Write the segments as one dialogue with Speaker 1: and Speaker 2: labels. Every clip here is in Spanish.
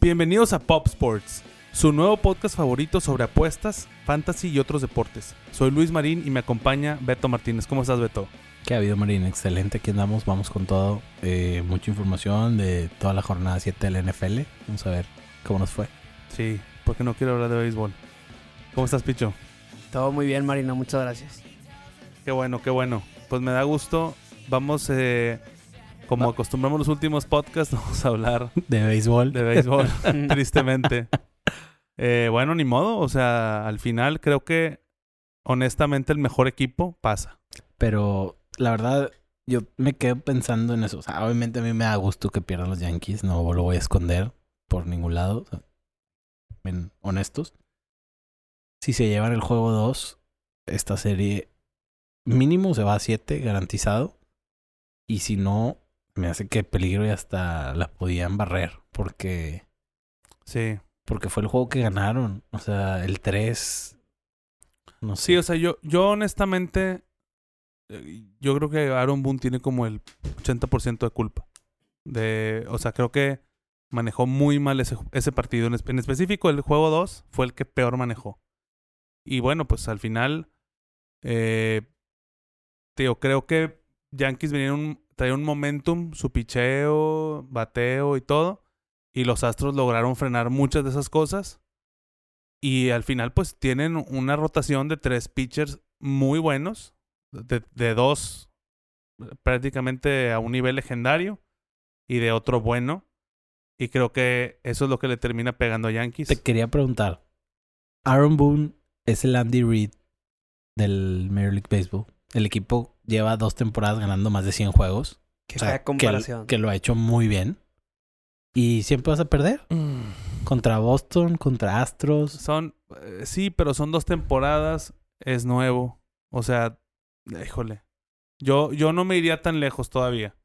Speaker 1: Bienvenidos a Pop Sports, su nuevo podcast favorito sobre apuestas, fantasy y otros deportes. Soy Luis Marín y me acompaña Beto Martínez. ¿Cómo estás, Beto?
Speaker 2: ¿Qué ha habido, Marín? Excelente, aquí andamos, vamos con todo. Eh, mucha información de toda la jornada 7 del NFL. Vamos a ver cómo nos fue.
Speaker 1: Sí, porque no quiero hablar de béisbol. ¿Cómo estás, Picho?
Speaker 3: Todo muy bien, Marino, muchas gracias.
Speaker 1: Qué bueno, qué bueno. Pues me da gusto. Vamos, eh, como acostumbramos los últimos podcasts, vamos a hablar
Speaker 2: De béisbol.
Speaker 1: de béisbol, tristemente. Eh, bueno, ni modo. O sea, al final creo que, honestamente, el mejor equipo pasa.
Speaker 2: Pero la verdad, yo me quedo pensando en eso. O sea, obviamente a mí me da gusto que pierdan los Yankees. No lo voy a esconder por ningún lado. O sea, ven, honestos. Si se llevan el juego 2, esta serie mínimo se va a 7, garantizado. Y si no, me hace que peligro y hasta la podían barrer. Porque
Speaker 1: Sí.
Speaker 2: Porque fue el juego que ganaron. O sea, el 3. No sé.
Speaker 1: Sí, o sea, yo, yo honestamente, eh, yo creo que Aaron Boone tiene como el 80% de culpa. De, o sea, creo que manejó muy mal ese, ese partido. En, espe- en específico, el juego 2 fue el que peor manejó. Y bueno, pues al final, eh, tío, creo que Yankees vinieron, traían un momentum, su picheo, bateo y todo. Y los Astros lograron frenar muchas de esas cosas. Y al final, pues tienen una rotación de tres pitchers muy buenos, de, de dos eh, prácticamente a un nivel legendario y de otro bueno. Y creo que eso es lo que le termina pegando a Yankees.
Speaker 2: Te quería preguntar. Aaron Boone es el Andy Reid del Major League Baseball. El equipo lleva dos temporadas ganando más de 100 juegos.
Speaker 3: Qué
Speaker 2: O sea,
Speaker 3: fea
Speaker 2: que-
Speaker 3: comparación.
Speaker 2: Que, lo ha hecho muy bien. Y siempre vas a perder. Contra Boston, contra Astros.
Speaker 1: Son, eh, sí, pero son dos temporadas, es nuevo. O sea, híjole. Yo, yo no me iría tan lejos todavía.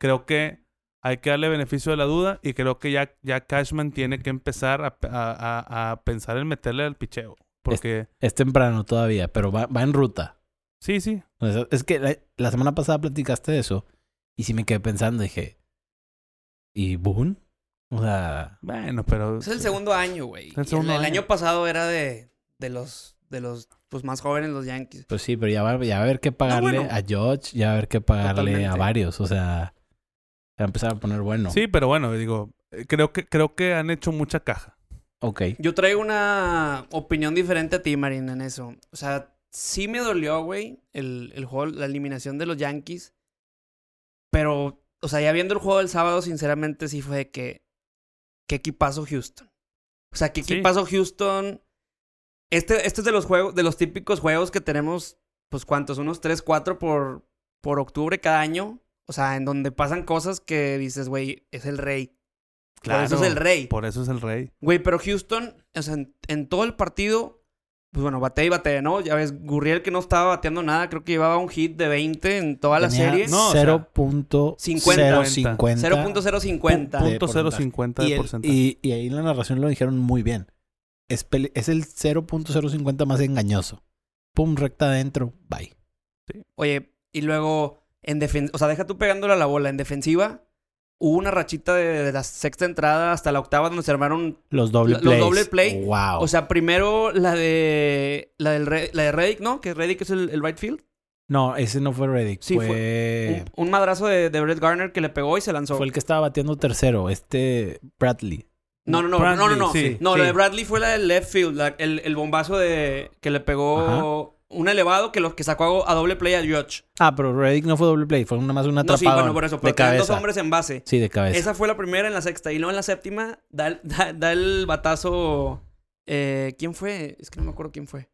Speaker 1: Creo que hay que darle beneficio de la duda y creo que ya, ya Cashman tiene que empezar a, a- a- a pensar en meterle al picheo. Porque
Speaker 2: Es temprano todavía, pero va, va en ruta.
Speaker 1: sí, sí,
Speaker 2: O sea, es que la, la semana pasada platicaste de eso. Y sí me quedé pensando, dije. ¿Y Boone? O sea,
Speaker 1: bueno, pero
Speaker 3: Es el segundo año, güey.
Speaker 1: el
Speaker 3: Y El,
Speaker 1: segundo
Speaker 3: el
Speaker 1: año.
Speaker 3: año pasado era de, de los de los pues más jóvenes los Yankees.
Speaker 2: Pues sí, pero ya va, ya va a haber que pagarle
Speaker 3: bueno.
Speaker 2: a George, ya va a haber que pagarle a
Speaker 3: Totalmente.
Speaker 2: varios. O sea, se va a empezar a poner bueno.
Speaker 1: Sí, pero bueno, digo, eh, creo que, creo que han hecho mucha caja.
Speaker 2: Ok.
Speaker 3: Yo traigo una opinión diferente a ti, Marín, en eso. O sea, sí me dolió, güey, el, el juego, la eliminación de los Yankees. Pero, o sea, ya viendo el juego del sábado, sinceramente sí fue de que. ¿Qué equipazo Houston? O sea, ¿qué
Speaker 1: Sí.
Speaker 3: equipazo Houston? Este, este es de los juegos, de los típicos juegos que tenemos, pues cuántos, unos 3, 4 por, por octubre cada año. O sea, en donde pasan cosas que dices, güey, es el rey. Por eso es el rey.
Speaker 1: Por eso es el rey.
Speaker 3: Güey, pero Houston, o sea, en, en todo el partido, pues bueno, batea y batea, ¿no? Ya ves, Gurriel que no estaba bateando nada, creo que llevaba un hit de 20 en toda la
Speaker 2: Tenía
Speaker 3: serie.
Speaker 1: No, o sea,
Speaker 2: 0.050.
Speaker 3: 0.050.
Speaker 2: Pu-
Speaker 1: Punto cero cincuenta
Speaker 2: Y,
Speaker 1: de
Speaker 2: el-
Speaker 1: porcentaje.
Speaker 2: y, y ahí en la narración lo dijeron muy bien. Es, pele- es el 0.050 más engañoso. Pum, recta adentro. Bye.
Speaker 3: Oye, y luego, en defensa, o sea, deja tú pegándole a la bola. En defensiva, hubo una rachita de, de la sexta entrada hasta la octava donde se armaron.
Speaker 2: Los doble
Speaker 3: Los
Speaker 2: plays.
Speaker 3: doble play.
Speaker 2: Wow.
Speaker 3: O sea, primero la de. La, del, Re- la de Reddick, ¿no? Que Reddick es el, el right field.
Speaker 2: no, ese no fue Reddick.
Speaker 3: Sí,
Speaker 2: fue...
Speaker 3: fue- Un, un madrazo de, de Brett Garner que le pegó y se lanzó.
Speaker 2: fue el que estaba batiendo tercero. Este Bradley.
Speaker 3: No, no, no, no, no,
Speaker 1: Bradley,
Speaker 3: no.
Speaker 1: sí,
Speaker 3: no,
Speaker 2: sí.
Speaker 3: la de Bradley fue la del left field, la- el, el bombazo de que le pegó un elevado que los que sacó a, a doble play a George.
Speaker 2: Ah, pero Reddick no fue doble play. Fue una más una
Speaker 3: No, sí,
Speaker 2: atrapada.
Speaker 3: bueno, por eso,
Speaker 2: de
Speaker 3: pero tenían
Speaker 2: cabeza.
Speaker 3: dos hombres en base.
Speaker 2: Sí, de cabeza.
Speaker 3: Esa fue la primera en la sexta. Y luego en la séptima da, el- da- da el batazo. eh, ¿Quién fue? Es que no me acuerdo quién fue.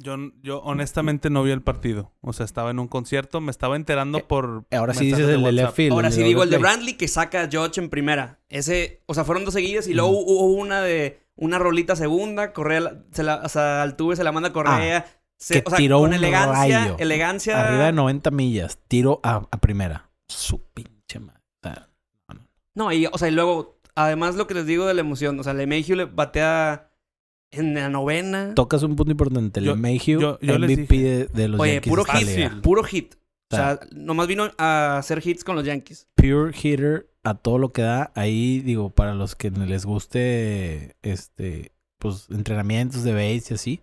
Speaker 1: Yo, yo honestamente no vi el partido. O sea, estaba en un concierto, me estaba enterando
Speaker 2: Eh,
Speaker 1: por.
Speaker 2: Ahora sí
Speaker 1: mensajes
Speaker 2: dices el de left
Speaker 1: WhatsApp.
Speaker 2: field.
Speaker 3: Ahora
Speaker 2: el
Speaker 3: sí
Speaker 2: de
Speaker 3: digo el
Speaker 2: doble
Speaker 3: de
Speaker 2: play.
Speaker 3: Bradley que saca a George en primera. Ese, o sea, fueron dos seguidas y luego
Speaker 2: Ujú.
Speaker 3: hubo una de una rolita segunda, Correa, la- se la, o sea, Altuve se la manda a Correa. se,
Speaker 2: Ah, que
Speaker 3: o sea,
Speaker 2: tiró
Speaker 3: con
Speaker 2: un
Speaker 3: elegancia,
Speaker 2: rayo.
Speaker 3: elegancia.
Speaker 2: Arriba de 90 millas. Tiro a, a primera. Su pinche madre. O sea,
Speaker 3: No, y, o sea, y luego, además lo que les digo de la emoción, o sea, LeMahieu le batea en la novena.
Speaker 2: tocas un punto importante.
Speaker 1: Yo-
Speaker 2: el Mayhew,
Speaker 1: yo- yo les
Speaker 2: MVP de, de los
Speaker 3: Oye,
Speaker 2: Yankees
Speaker 3: puro
Speaker 2: de esta
Speaker 3: hit,
Speaker 2: liga.
Speaker 1: Fácil.
Speaker 3: puro hit. O sea, nomás vino a hacer hits con los Yankees.
Speaker 2: pure hitter a todo lo que da. Ahí digo, para los que les guste este pues entrenamientos de base y así,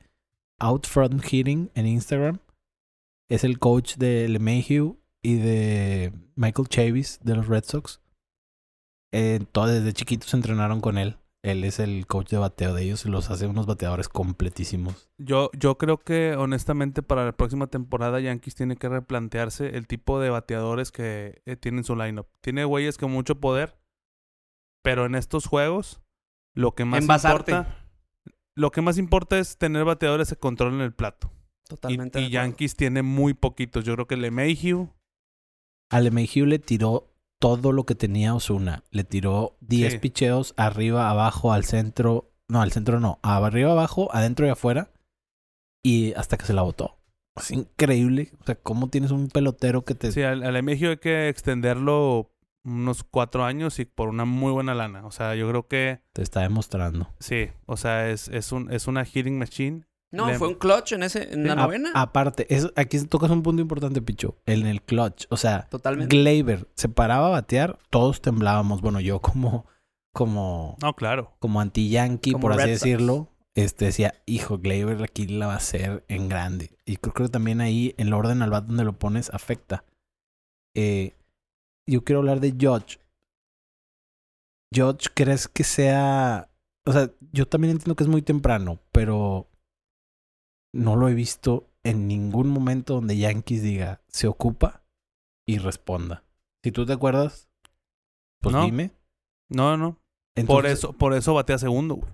Speaker 2: Outfront Hitting en Instagram es el coach de LeMahieu y de Michael Chavis de los Red Sox. Eh, todos desde chiquitos entrenaron con él. Él es el coach de bateo de ellos y los hace unos bateadores completísimos.
Speaker 1: Yo, yo creo que honestamente para la próxima temporada Yankees tiene que replantearse el tipo de bateadores que eh, tiene en su lineup. Tiene güeyes con mucho poder, pero en estos juegos lo que más
Speaker 3: Envasarte.
Speaker 1: importa, lo que más importa es tener bateadores que controlen el plato. Y-
Speaker 3: Totalmente.
Speaker 1: y
Speaker 3: de acuerdo.
Speaker 1: Yankees tiene muy poquitos. Yo creo que LeMahieu,
Speaker 2: A LeMahieu le tiró todo lo que tenía Osuna. Le tiró 10
Speaker 1: Sí.
Speaker 2: picheos arriba, abajo, al centro. No, al centro no. Arriba, abajo, adentro y afuera. Y hasta que se la botó. Es increíble. O sea, cómo tienes un pelotero que te...
Speaker 1: sí, al, al LeMahieu hay que extenderlo unos cuatro años y por una muy buena lana. O sea, yo creo que
Speaker 2: Te está demostrando.
Speaker 1: sí. O sea, es, es, un, es una hitting machine.
Speaker 3: No,
Speaker 1: Le-
Speaker 3: fue un clutch en, ese, en la
Speaker 2: A-
Speaker 3: novena.
Speaker 2: aparte, eso- aquí tocas un punto importante, Picho. En el clutch. O sea,
Speaker 3: Totalmente.
Speaker 2: Gleyber se paraba a batear, todos temblábamos. Bueno, yo como... Como...
Speaker 1: No, claro.
Speaker 2: como anti-yankee,
Speaker 3: Como
Speaker 2: por así
Speaker 3: Red Sox.
Speaker 2: decirlo, este decía, hijo, Gleyber aquí la va a hacer en grande. Y creo, creo que también ahí el orden al bat donde lo pones afecta. Eh, yo quiero hablar de George. George, ¿crees que sea... O sea, yo también entiendo que es muy temprano, pero no lo he visto en ningún momento donde Yankees diga, se ocupa y responda. Si tú te acuerdas, pues
Speaker 1: No.
Speaker 2: dime.
Speaker 1: No, no. por
Speaker 2: Entonces,
Speaker 1: eso, por eso batea segundo, güey.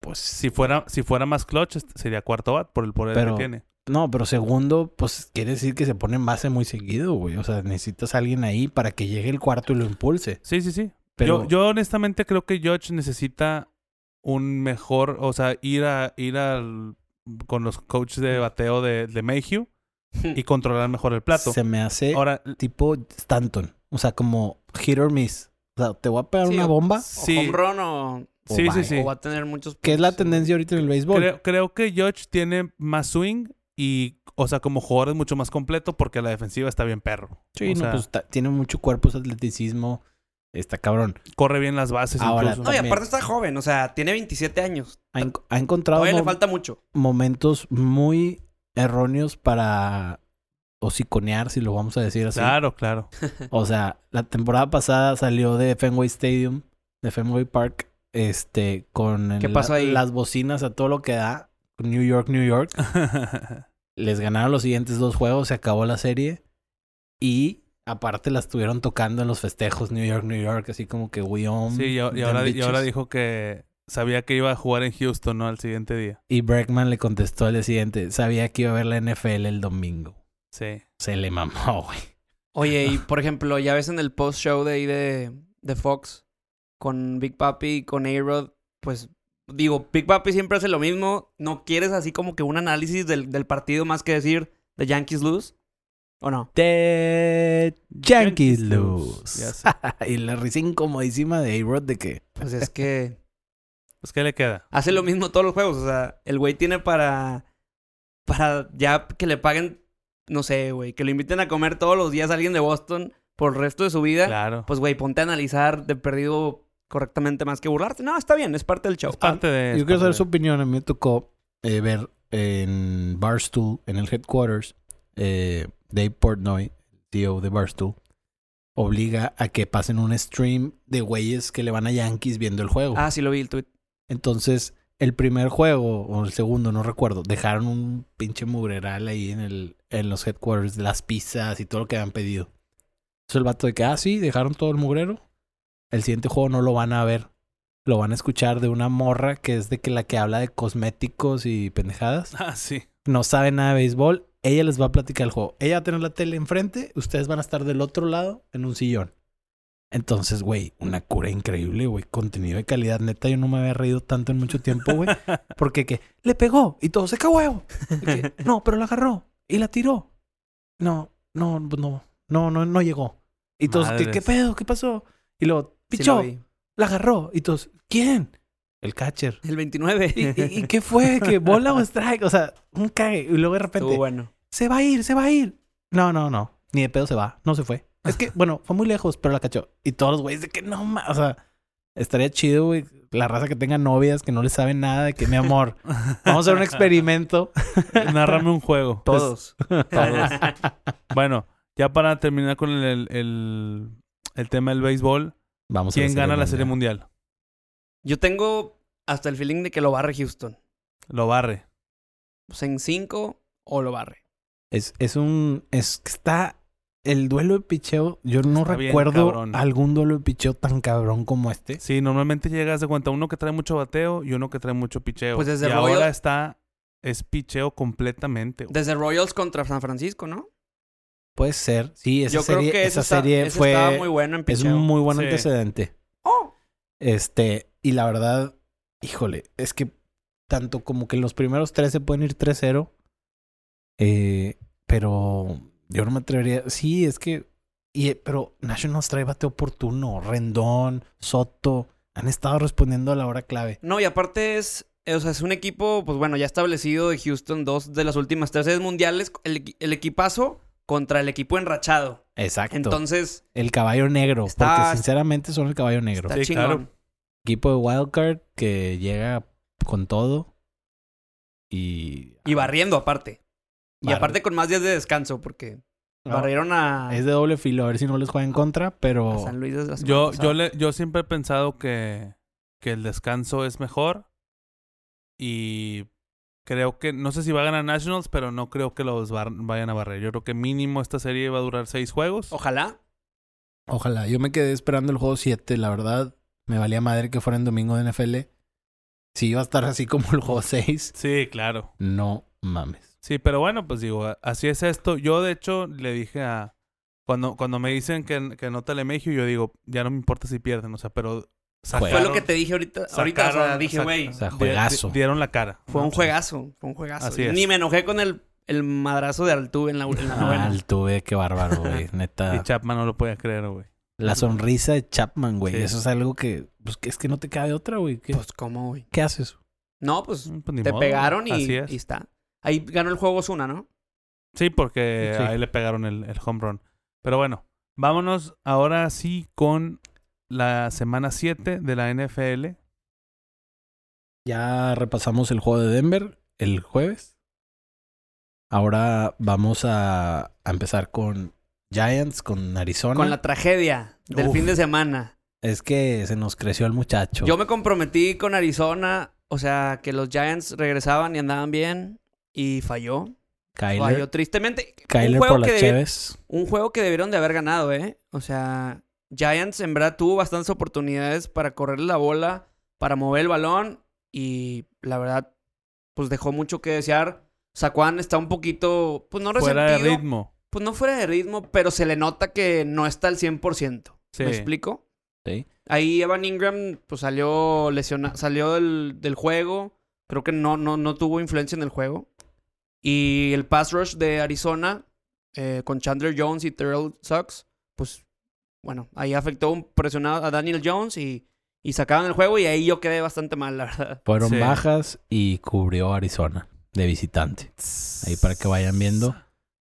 Speaker 2: pues
Speaker 1: Si fuera, si fuera más clutch, est- sería cuarto bat por el poder
Speaker 2: Pero-
Speaker 1: que tiene.
Speaker 2: No, pero segundo, pues quiere decir que se pone en base muy seguido, güey. O sea, necesitas a alguien ahí para que llegue el cuarto y lo impulse.
Speaker 1: Sí, sí, sí.
Speaker 2: Pero
Speaker 1: Yo, yo honestamente creo que George necesita un mejor, o sea, ir a ir al con los coaches
Speaker 2: Mm.
Speaker 1: de bateo de, de Mayhew y controlar mejor el plato.
Speaker 2: se me hace
Speaker 1: Ahora,
Speaker 2: tipo Stanton. O sea, como hit or miss. O sea, te voy a pegar
Speaker 3: Sí,
Speaker 2: una
Speaker 3: o-
Speaker 2: bomba,
Speaker 3: O
Speaker 1: sí.
Speaker 3: home run o,
Speaker 2: o
Speaker 1: sí, sí,
Speaker 2: bye.
Speaker 1: sí.
Speaker 3: o va a tener muchos.
Speaker 2: que es la
Speaker 3: puntos.
Speaker 2: tendencia ahorita en el béisbol.
Speaker 1: Creo, creo que George tiene más swing y, o sea, como jugador es mucho más completo porque la defensiva está bien perro.
Speaker 2: Sí,
Speaker 1: O
Speaker 2: no,
Speaker 1: sea,
Speaker 2: pues, ta- tiene mucho cuerpo, es atleticismo. Está cabrón.
Speaker 1: corre bien las bases
Speaker 2: Ahora-
Speaker 1: incluso.
Speaker 3: No, y
Speaker 2: también.
Speaker 3: aparte está joven, o sea, tiene 27 años.
Speaker 2: Ha, en- ha encontrado
Speaker 3: Todavía le
Speaker 2: mo-
Speaker 3: falta mucho.
Speaker 2: momentos muy erróneos para hociconear, si lo vamos a decir así.
Speaker 1: Claro, claro.
Speaker 2: O sea, la temporada pasada salió de Fenway Stadium, de Fenway Park, este, con
Speaker 3: ¿Qué
Speaker 2: la-
Speaker 3: pasó ahí?
Speaker 2: las bocinas a todo lo que da, con New York, New York. Les ganaron los siguientes dos juegos, se acabó la serie y aparte la estuvieron tocando en los festejos New York, New York, así como que we own.
Speaker 1: Sí, y, a- y
Speaker 2: them
Speaker 1: ahora, y
Speaker 2: bitches.
Speaker 1: ahora dijo que sabía que iba a jugar en Houston, ¿no? Al siguiente día.
Speaker 2: Y Bregman le contestó al día siguiente, sabía que iba a ver la NFL el domingo.
Speaker 1: Sí.
Speaker 2: Se le mamó, güey.
Speaker 3: Oye, y por ejemplo, ya ves en el post-show de ahí de, de Fox con Big Papi y con A-Rod, pues digo, Big Papi siempre hace lo mismo. ¿No quieres así como que un análisis del, del partido más que decir de Yankees lose? ¿O no?
Speaker 2: The Yankees lose.
Speaker 1: Ya sé.
Speaker 2: y la risa incomodísima de A-Rod de que
Speaker 3: Pues es que
Speaker 1: Pues, ¿qué le queda?
Speaker 3: hace lo mismo todos los juegos. O sea, el güey tiene para. Para ya que le paguen, no sé, güey, que lo inviten a comer todos los días a alguien de Boston por el resto de su vida.
Speaker 1: Claro.
Speaker 2: Ah,
Speaker 3: Pues, güey, ponte a analizar de perdido correctamente más que burlarte. No, está bien, es parte del show.
Speaker 1: es parte de...
Speaker 2: Yo
Speaker 1: es
Speaker 2: quiero
Speaker 1: parte
Speaker 2: saber su opinión. A mí me tocó eh, ver en Barstool, en el headquarters, eh, Dave Portnoy, CEO de Barstool, obliga a que pasen un stream de güeyes que le van a Yankees viendo el juego.
Speaker 3: Ah, sí, lo vi el tweet.
Speaker 2: Entonces, el primer juego, o el segundo, no recuerdo, dejaron un pinche mugreral ahí en, el, en los headquarters, de las pizzas y todo lo que habían pedido. Entonces el vato de que, ah, sí, dejaron todo el mugrero. El siguiente juego no lo van a ver. Lo van a escuchar de una morra que es de que la que habla de cosméticos y pendejadas.
Speaker 1: de- Ah, sí.
Speaker 2: No sabe nada de béisbol. Ella les va a platicar el juego. Ella va a tener la tele enfrente. Ustedes van a estar del otro lado en un sillón. Entonces, güey, una cura increíble, güey. Contenido de calidad. Neta, yo no me había reído tanto en mucho tiempo, güey. Porque que le pegó y todo se cagó. No, pero la agarró y la tiró. No, no, no, no, no, no llegó. Y todos, ¿qué,
Speaker 1: Madres.
Speaker 2: ¿qué pedo? ¿Qué pasó? Y luego,
Speaker 3: Sí, lo
Speaker 2: pichó,
Speaker 3: vi.
Speaker 2: la agarró. Y todos, ¿quién? El catcher.
Speaker 3: El 29.
Speaker 2: ¿Y, y- y qué fue? ¿Qué bola o strike? O sea, un cague. Y luego de repente,
Speaker 3: Estuvo bueno.
Speaker 2: se va a ir, se va a ir. No, no, no. Ni de pedo se va. No se fue. Es que, bueno, fue muy lejos, pero la cachó. Y todos los güeyes de que no más. O sea, estaría chido, güey. La raza que tenga novias que no le saben nada de que, mi amor, vamos a hacer un experimento.
Speaker 1: Nárrame un juego.
Speaker 3: Todos.
Speaker 1: Todos. bueno, ya para terminar con el, el, el tema del béisbol,
Speaker 2: Vamos a
Speaker 1: ¿quién gana la Serie Mundial?
Speaker 3: Yo tengo hasta el feeling de que lo barre Houston.
Speaker 1: Lo barre.
Speaker 3: O sea, en 5 o lo barre.
Speaker 2: Es, es un. Es que está. El duelo de picheo. Yo no
Speaker 1: Está bien
Speaker 2: recuerdo
Speaker 1: cabrón.
Speaker 2: algún duelo de picheo tan cabrón como este.
Speaker 1: Sí, normalmente llegas de cuenta uno que trae mucho bateo y uno que trae mucho picheo.
Speaker 3: Pues desde
Speaker 1: y
Speaker 3: Royal-
Speaker 1: ahora está es picheo completamente. güey.
Speaker 3: Desde Royals contra San Francisco, ¿no?
Speaker 2: Puede ser. Sí, esa
Speaker 3: Yo creo
Speaker 2: serie,
Speaker 3: que
Speaker 2: esa
Speaker 3: ese está-
Speaker 2: serie
Speaker 3: ese
Speaker 2: fue.
Speaker 3: estaba muy bueno en
Speaker 2: es
Speaker 3: picheo.
Speaker 2: un muy buen
Speaker 1: Sí.
Speaker 2: antecedente.
Speaker 3: Oh,
Speaker 2: Este, y la verdad, híjole, es que tanto como que los primeros tres se pueden ir 3-0. eh, pero yo no me atrevería. Sí, es que. Y, eh, pero Nationals trae bate oportuno. Rendón, Soto. Han estado respondiendo a la hora clave.
Speaker 3: No, y aparte es, eh, o sea, es un equipo, pues bueno, ya establecido de Houston, dos de las últimas tres series mundiales, el, equi- el equipazo contra el equipo enrachado.
Speaker 2: Exacto.
Speaker 3: Entonces,
Speaker 2: el caballo negro.
Speaker 3: Está-
Speaker 2: porque sinceramente son el caballo negro.
Speaker 3: está
Speaker 1: Sí,
Speaker 3: chingón.
Speaker 1: claro.
Speaker 2: Equipo de Wildcard que llega con todo. Y.
Speaker 3: Y barriendo aparte. Y
Speaker 2: Barre-
Speaker 3: aparte con más días de descanso, porque
Speaker 2: No,
Speaker 3: barrieron a,
Speaker 2: Es de doble filo, a ver si no les juega en contra,
Speaker 3: a
Speaker 2: pero.
Speaker 3: San Luis. la semana
Speaker 1: Yo,
Speaker 3: pasada.
Speaker 1: yo, le, yo siempre he pensado que, que el descanso es mejor. Y creo que, no sé si va a ganar Nationals, pero no creo que los bar- vayan a barrer. Yo creo que mínimo esta serie va a durar seis juegos.
Speaker 3: Ojalá.
Speaker 2: Ojalá. Yo me quedé esperando el juego 7, la verdad. Me valía madre que fuera en domingo de NFL. Si iba a estar así como el juego 6,
Speaker 1: Sí, claro.
Speaker 2: no mames.
Speaker 1: Sí, pero bueno, pues digo, a- así es esto. Yo, de hecho, le dije a. Cuando, cuando me dicen que, que anota el México, yo digo, ya no me importa si pierden, o sea, pero.
Speaker 2: Fue
Speaker 3: Fue lo que te dije ahorita. ahorita o sea,
Speaker 1: sacaron-
Speaker 3: dije,
Speaker 1: sac-
Speaker 3: güey,
Speaker 2: O sea,
Speaker 1: di- di-
Speaker 2: juegazo.
Speaker 1: Dieron la cara.
Speaker 3: fue
Speaker 1: ¿no?
Speaker 3: un juegazo. Fue un juegazo.
Speaker 1: Así es.
Speaker 3: Ni me enojé con el, el madrazo de Altuve en la, en la novena.
Speaker 2: Al tuve, qué bárbaro, güey.
Speaker 1: Y
Speaker 2: Neta.
Speaker 1: Chapman no lo podía creer, güey.
Speaker 2: La sonrisa de Chapman, güey.
Speaker 1: Sí.
Speaker 2: Eso es algo que. Pues que es que no te cabe otra, güey. ¿Qué,
Speaker 3: Pues, ¿cómo, güey?
Speaker 2: qué haces?
Speaker 3: No, pues
Speaker 1: Mm, pues ni
Speaker 3: te
Speaker 1: modo, güey.
Speaker 3: pegaron y,
Speaker 1: Así es.
Speaker 3: y está. Ahí ganó el juego Osuna, ¿no?
Speaker 1: Sí, porque
Speaker 2: Sí.
Speaker 1: ahí le pegaron el, el home run. Pero bueno, vámonos ahora sí con la semana 7 de la NFL.
Speaker 2: Ya repasamos el juego de Denver el jueves. Ahora vamos a, a empezar con Giants, con Arizona.
Speaker 3: Con la tragedia del
Speaker 2: Uf.
Speaker 3: fin de semana.
Speaker 2: Es que se nos creció el muchacho.
Speaker 3: Yo me comprometí con Arizona, o sea, que los Giants regresaban y andaban bien y falló.
Speaker 2: Kyler,
Speaker 3: Falló tristemente.
Speaker 2: Kyler
Speaker 3: juego
Speaker 2: por las
Speaker 3: que debi-
Speaker 2: Cheves.
Speaker 3: Un juego que debieron de haber ganado, ¿eh? O sea, Giants en verdad tuvo bastantes oportunidades para correr la bola, para mover el balón y la verdad, pues dejó mucho que desear. Saquon está un poquito, pues no resentido.
Speaker 1: Fuera de ritmo.
Speaker 3: Pues no fuera de ritmo, pero se le nota que no está al 100%.
Speaker 1: Sí.
Speaker 3: ¿Me explico?
Speaker 2: Sí.
Speaker 3: Ahí Evan Ingram pues salió lesiona salió del, del juego. Creo que no, no, no tuvo influencia en el juego. Y el pass rush de Arizona eh, con Chandler Jones y Terrell Suggs, pues bueno, ahí afectó un presionado a Daniel Jones y, y sacaron el juego y ahí yo quedé bastante mal, la verdad.
Speaker 2: Fueron
Speaker 1: Sí.
Speaker 2: bajas y cubrió Arizona de visitante. Ahí para que vayan viendo.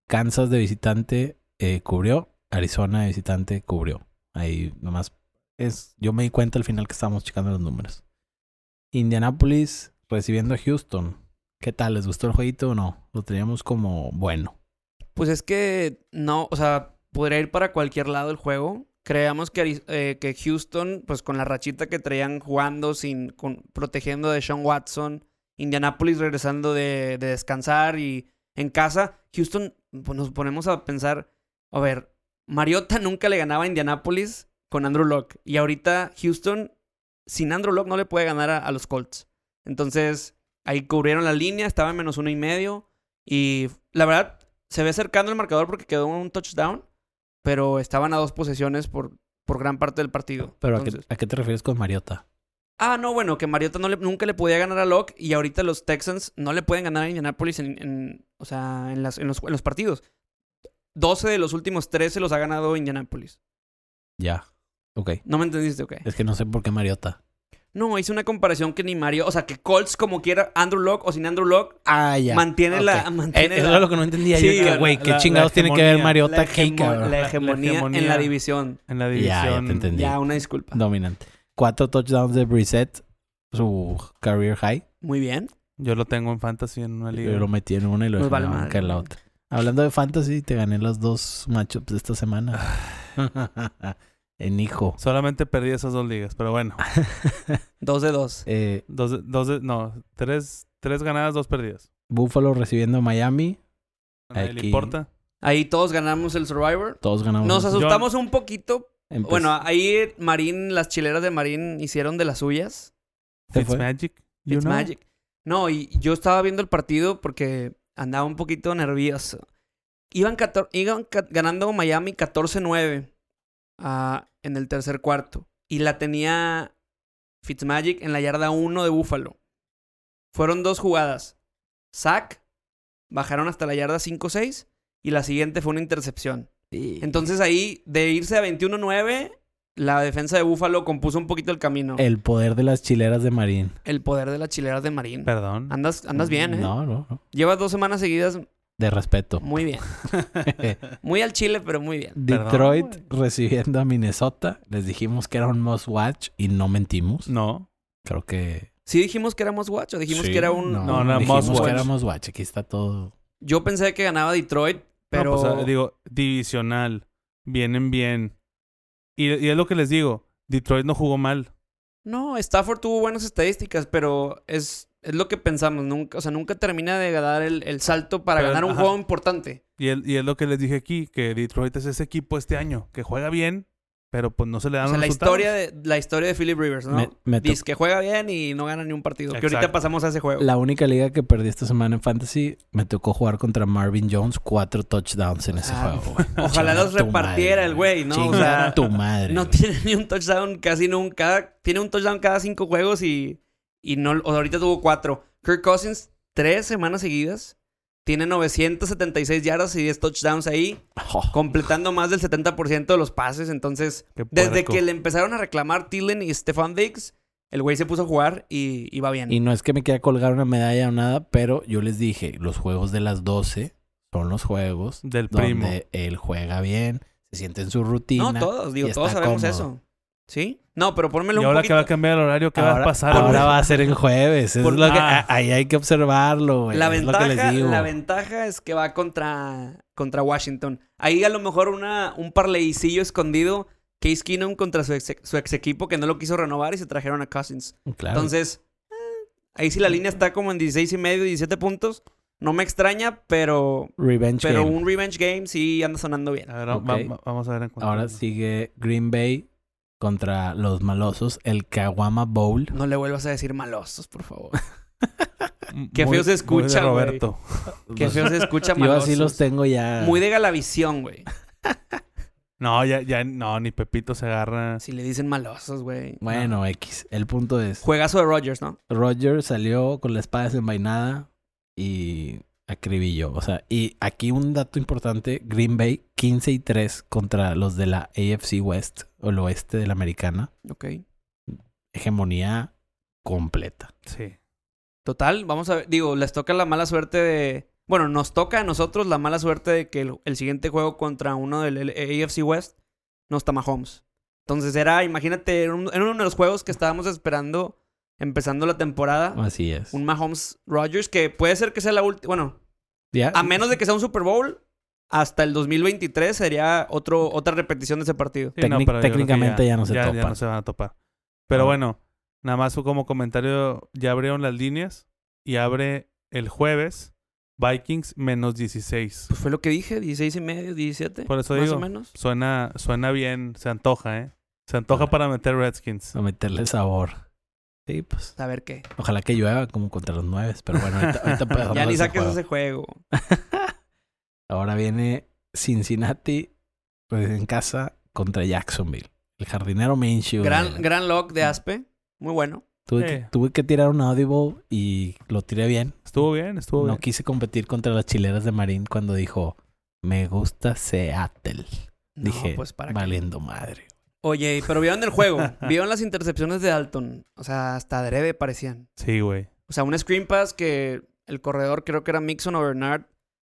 Speaker 2: Kansas de visitante eh, cubrió. Arizona de visitante cubrió. Ahí nomás es. Yo me di cuenta al final que estábamos checando los números. Indianapolis recibiendo a Houston. ¿Qué tal? ¿Les gustó el jueguito o no? Lo teníamos como bueno.
Speaker 3: Pues es que no, o sea, podría ir para cualquier lado el juego. Creamos que, Ari- eh, que Houston, pues con la rachita que traían jugando, sin, con- protegiendo de Sean Watson, Indianapolis regresando de, de descansar y en casa, Houston, pues nos ponemos a pensar, a ver, Mariota nunca le ganaba a Indianapolis con Andrew Locke y ahorita Houston sin Andrew Locke no le puede ganar a, a los Colts. Entonces, ahí cubrieron la línea, estaba en menos uno y medio y la verdad se ve cercano el marcador porque quedó un touchdown, pero estaban a dos posesiones por, por gran parte del partido.
Speaker 2: Pero ¿a qué-
Speaker 3: Entonces-
Speaker 2: ¿a qué te refieres con Mariota?
Speaker 3: Ah, no, bueno, que Mariota no le- nunca le podía ganar a Locke y ahorita los Texans no le pueden ganar a Indianapolis en, en- o sea, en, las- en los, en los partidos. 12 de los últimos 13 los ha ganado Indianapolis.
Speaker 2: Ya. Ok.
Speaker 3: ¿No me entendiste? Ok.
Speaker 2: Es que no sé por qué Mariota.
Speaker 3: No, hice una comparación que ni Mario. O sea, que Colts, como quiera, Andrew Locke o sin Andrew Locke,
Speaker 2: Ah, ya.
Speaker 3: mantiene la.
Speaker 2: Ok.
Speaker 3: Mantiene
Speaker 2: Eh, eso
Speaker 3: la-
Speaker 2: es lo que no entendía
Speaker 3: Sí,
Speaker 2: yo. que,
Speaker 3: la-
Speaker 2: Güey,
Speaker 1: la-
Speaker 2: ¿qué
Speaker 1: la
Speaker 2: chingados tiene que ver
Speaker 1: hegemonía.
Speaker 2: Mariota
Speaker 3: la
Speaker 2: aquí,
Speaker 3: hegemo-
Speaker 2: cabrón?
Speaker 3: la hegemonía en
Speaker 1: hegemonía.
Speaker 3: la división.
Speaker 1: En la
Speaker 2: Ya, ya
Speaker 1: división.
Speaker 2: te entendí.
Speaker 3: Ya, una disculpa.
Speaker 2: Dominante. Cuatro touchdowns de Brissett, su career high.
Speaker 3: Muy bien.
Speaker 1: Yo lo tengo en fantasy en una liga.
Speaker 2: Yo lo metí en una y lo
Speaker 3: Nos
Speaker 2: dejé
Speaker 3: vale
Speaker 2: en la
Speaker 3: madre.
Speaker 2: banca en la otra. Hablando de fantasy, te gané los dos matchups de esta semana. en hijo.
Speaker 1: Solamente perdí esas dos ligas, pero bueno.
Speaker 2: Ah.
Speaker 3: Dos de dos.
Speaker 2: Eh,
Speaker 1: Dos, de- dos de- no, tres, tres ganadas, dos perdidas.
Speaker 2: Buffalo recibiendo a Miami.
Speaker 1: A nadie le
Speaker 2: Aquí-
Speaker 1: importa.
Speaker 3: Ahí todos ganamos el Survivor.
Speaker 2: Todos ganamos.
Speaker 3: Nos
Speaker 1: asu-
Speaker 3: asustamos un poquito.
Speaker 2: Empe-
Speaker 3: Bueno, ah, ahí Marín, las chileras de Marín hicieron de las suyas.
Speaker 2: ¿Se fue?
Speaker 1: Fitzmagic. you
Speaker 3: It's
Speaker 1: know.
Speaker 3: Magic. No, y yo estaba viendo el partido porque andaba un poquito nervioso. Iban, 14 iban ca- ganando Miami 14-9 ah, en el tercer cuarto. Y la tenía Fitzmagic en la yarda 1 de Búfalo. Fueron dos jugadas. Sack, bajaron hasta la yarda 5-6 y la siguiente fue una intercepción.
Speaker 2: Sí.
Speaker 3: Entonces ahí, de irse a 21-9, la defensa de Búfalo compuso un poquito el camino. El,
Speaker 2: El poder de las chileras de Marín.
Speaker 3: poder de las chileras de Marín.
Speaker 1: Perdón.
Speaker 3: Andas, andas bien, ¿eh?
Speaker 2: No, no, no.
Speaker 3: Llevas dos semanas seguidas
Speaker 2: De respeto. Eh,
Speaker 3: muy bien. Muy al chile, pero muy bien.
Speaker 2: Detroit
Speaker 1: Perdón,
Speaker 2: recibiendo a Minnesota. Les dijimos que era un must watch y no mentimos.
Speaker 1: No.
Speaker 2: Creo que.
Speaker 3: Sí dijimos que éramos guacho, dijimos
Speaker 2: Sí,
Speaker 3: que era un...
Speaker 2: No,
Speaker 1: No, no,
Speaker 2: dijimos
Speaker 1: must
Speaker 2: que
Speaker 1: watch.
Speaker 2: era must watch. Aquí está todo.
Speaker 3: Yo pensé que ganaba Detroit,
Speaker 2: pues,
Speaker 3: pero...
Speaker 1: Pero... pues, ah,
Speaker 2: ah,
Speaker 1: digo, divisional. Vienen bien. Y, y es lo que les digo. Detroit no jugó mal.
Speaker 3: No, Stafford tuvo buenas estadísticas, pero es, es lo que pensamos. Nunca, o sea, nunca termina de dar el, el salto para
Speaker 1: Pero,
Speaker 3: ganar un
Speaker 1: ajá.
Speaker 3: juego importante.
Speaker 1: Y, es- y es lo que les dije aquí, que Detroit es ese equipo este año, que juega bien, pero pues no se le dan
Speaker 3: O sea,
Speaker 1: los
Speaker 3: la
Speaker 1: resultados.
Speaker 3: historia, de, la historia de Philip Rivers, ¿no?
Speaker 2: Me- me
Speaker 3: Dice que juega bien y no gana ni un partido. Que ahorita
Speaker 1: Exacto.
Speaker 3: pasamos a ese juego.
Speaker 2: La única liga que perdí esta semana en Fantasy me tocó jugar contra Marvin Jones, cuatro touchdowns en ese
Speaker 3: Ah,
Speaker 2: juego. güey.
Speaker 3: ojalá
Speaker 2: Chinga
Speaker 3: los
Speaker 2: tu
Speaker 3: repartiera
Speaker 2: madre,
Speaker 3: el güey, ¿no?
Speaker 2: Chinga
Speaker 3: O sea,
Speaker 2: tu madre.
Speaker 3: No
Speaker 2: güey.
Speaker 3: tiene ni un touchdown casi nunca. Tiene un touchdown cada cinco juegos y, y no, o sea, ahorita tuvo cuatro. Kirk Cousins, tres semanas seguidas. Tiene 976 yardas y 10 touchdowns ahí,
Speaker 2: Oh,
Speaker 3: completando más del 70% de los pases. Entonces,
Speaker 1: Qué
Speaker 3: desde
Speaker 1: puerco.
Speaker 3: que le empezaron a reclamar Tillen y Stefan Diggs, el güey se puso a jugar y, y va bien.
Speaker 2: y no es que me quiera colgar una medalla o nada, pero yo les dije, los juegos de las 12 son los juegos
Speaker 1: Del primo.
Speaker 2: donde él juega bien, se siente en su rutina.
Speaker 3: no, todos, digo,
Speaker 2: y
Speaker 3: todos
Speaker 2: está
Speaker 3: sabemos
Speaker 2: cómodo.
Speaker 3: eso. ¿Sí? No, pero pónmelo
Speaker 1: Y
Speaker 3: un
Speaker 1: ahora que va a
Speaker 3: poquito.
Speaker 1: cambiar el horario, ¿qué va
Speaker 2: Ahora-
Speaker 1: a pasar?
Speaker 2: Ahora
Speaker 1: güey?
Speaker 2: va a ser en jueves. es
Speaker 1: Por-
Speaker 2: lo que-
Speaker 1: Ah.
Speaker 2: a- ahí hay que observarlo, güey.
Speaker 3: La
Speaker 2: es
Speaker 3: ventaja,
Speaker 2: lo que les digo.
Speaker 3: la ventaja es que va contra, contra Washington. Ahí a lo mejor una, un parleycillo escondido. Case Keenum contra su ex, su ex equipo que no lo quiso renovar y se trajeron a Cousins.
Speaker 2: Claro.
Speaker 3: Entonces, eh, ahí sí la línea está como en 16 y medio, 17 puntos. No me extraña, pero,
Speaker 2: Revenge
Speaker 3: pero
Speaker 2: game.
Speaker 3: un revenge game sí anda sonando bien.
Speaker 1: A ver, va-
Speaker 2: Ok.
Speaker 1: va- vamos a ver en cuanto.
Speaker 2: Ahora sigue Green Bay contra los malosos, el Kawama Bowl.
Speaker 3: No le vuelvas a decir malosos, por favor.
Speaker 1: M-
Speaker 3: Qué
Speaker 1: muy-
Speaker 3: feo
Speaker 1: muy
Speaker 3: se
Speaker 1: de
Speaker 3: escucha, güey.
Speaker 1: Roberto.
Speaker 3: Que feo se escucha
Speaker 2: Yo
Speaker 3: malosos.
Speaker 2: así los tengo ya.
Speaker 3: Muy de galavisión, güey.
Speaker 1: No, ya, ya, no, ni Pepito se agarra.
Speaker 3: Si le dicen malosos, güey.
Speaker 2: Bueno, X. El punto es,
Speaker 3: Juegazo de Rogers, ¿no?
Speaker 2: Roger salió con la espada desenvainada y acribilló. O sea, y aquí un dato importante, Green Bay 15 y 3 contra los de la AFC West o el oeste de la americana.
Speaker 3: Ok.
Speaker 2: Hegemonía completa.
Speaker 1: Sí.
Speaker 3: Total, vamos a ver. Digo, les toca la mala suerte de. Bueno, nos toca a nosotros la mala suerte de que el, el siguiente juego contra uno del L- eh, AFC West no está Mahomes. Entonces era, imagínate, era, un- era uno de los juegos que estábamos esperando empezando la
Speaker 1: Ah.
Speaker 3: temporada.
Speaker 2: Así es.
Speaker 3: Un Mahomes Rogers que puede ser que sea la última. Bueno,
Speaker 2: Ya-
Speaker 3: a menos de que sea un Super Bowl, hasta el 2023 sería otro, otra repetición de ese partido.
Speaker 1: Sí, no, pero yo
Speaker 2: Técnic-
Speaker 1: creo que
Speaker 2: técnicamente ya no se
Speaker 1: ya,
Speaker 2: topan.
Speaker 1: no se van a topar. Pero
Speaker 2: Ah.
Speaker 1: bueno, nada más como comentario, ya abrieron las líneas y abre el jueves Vikings menos 16.
Speaker 3: Pues fue lo que dije, 16 y medio, 17.
Speaker 1: Por eso
Speaker 3: más
Speaker 1: digo.
Speaker 3: o menos.
Speaker 1: Suena, suena bien, se antoja, ¿eh? Se antoja
Speaker 2: Ah.
Speaker 1: para meter Redskins.
Speaker 2: a meterle sabor. Sí, pues.
Speaker 3: A ver qué.
Speaker 2: Ojalá que llueva como contra los nueve, pero bueno, ahorita, ahorita pasamos
Speaker 3: Ya
Speaker 2: a
Speaker 3: ni
Speaker 2: ese
Speaker 3: saques
Speaker 2: juego.
Speaker 3: ese juego.
Speaker 2: Ahora viene Cincinnati pues, en casa contra Jacksonville. El jardinero Minshew.
Speaker 3: Gran,
Speaker 2: güey.
Speaker 3: gran lock de Aspe. Muy bueno.
Speaker 2: Tuve,
Speaker 1: Eh.
Speaker 2: que, tuve que tirar un audible y lo tiré bien.
Speaker 1: Estuvo bien, estuvo
Speaker 2: No
Speaker 1: bien.
Speaker 2: quise competir contra las chileras de Marín cuando dijo, me gusta Seattle.
Speaker 3: No,
Speaker 2: Dije,
Speaker 3: pues para qué.
Speaker 2: valiendo madre.
Speaker 3: Oye, pero vieron el juego. vieron las intercepciones de Dalton. O sea, hasta breve parecían.
Speaker 1: Sí, güey.
Speaker 3: O sea, un screen pass que el corredor, creo que era Mixon o Bernard,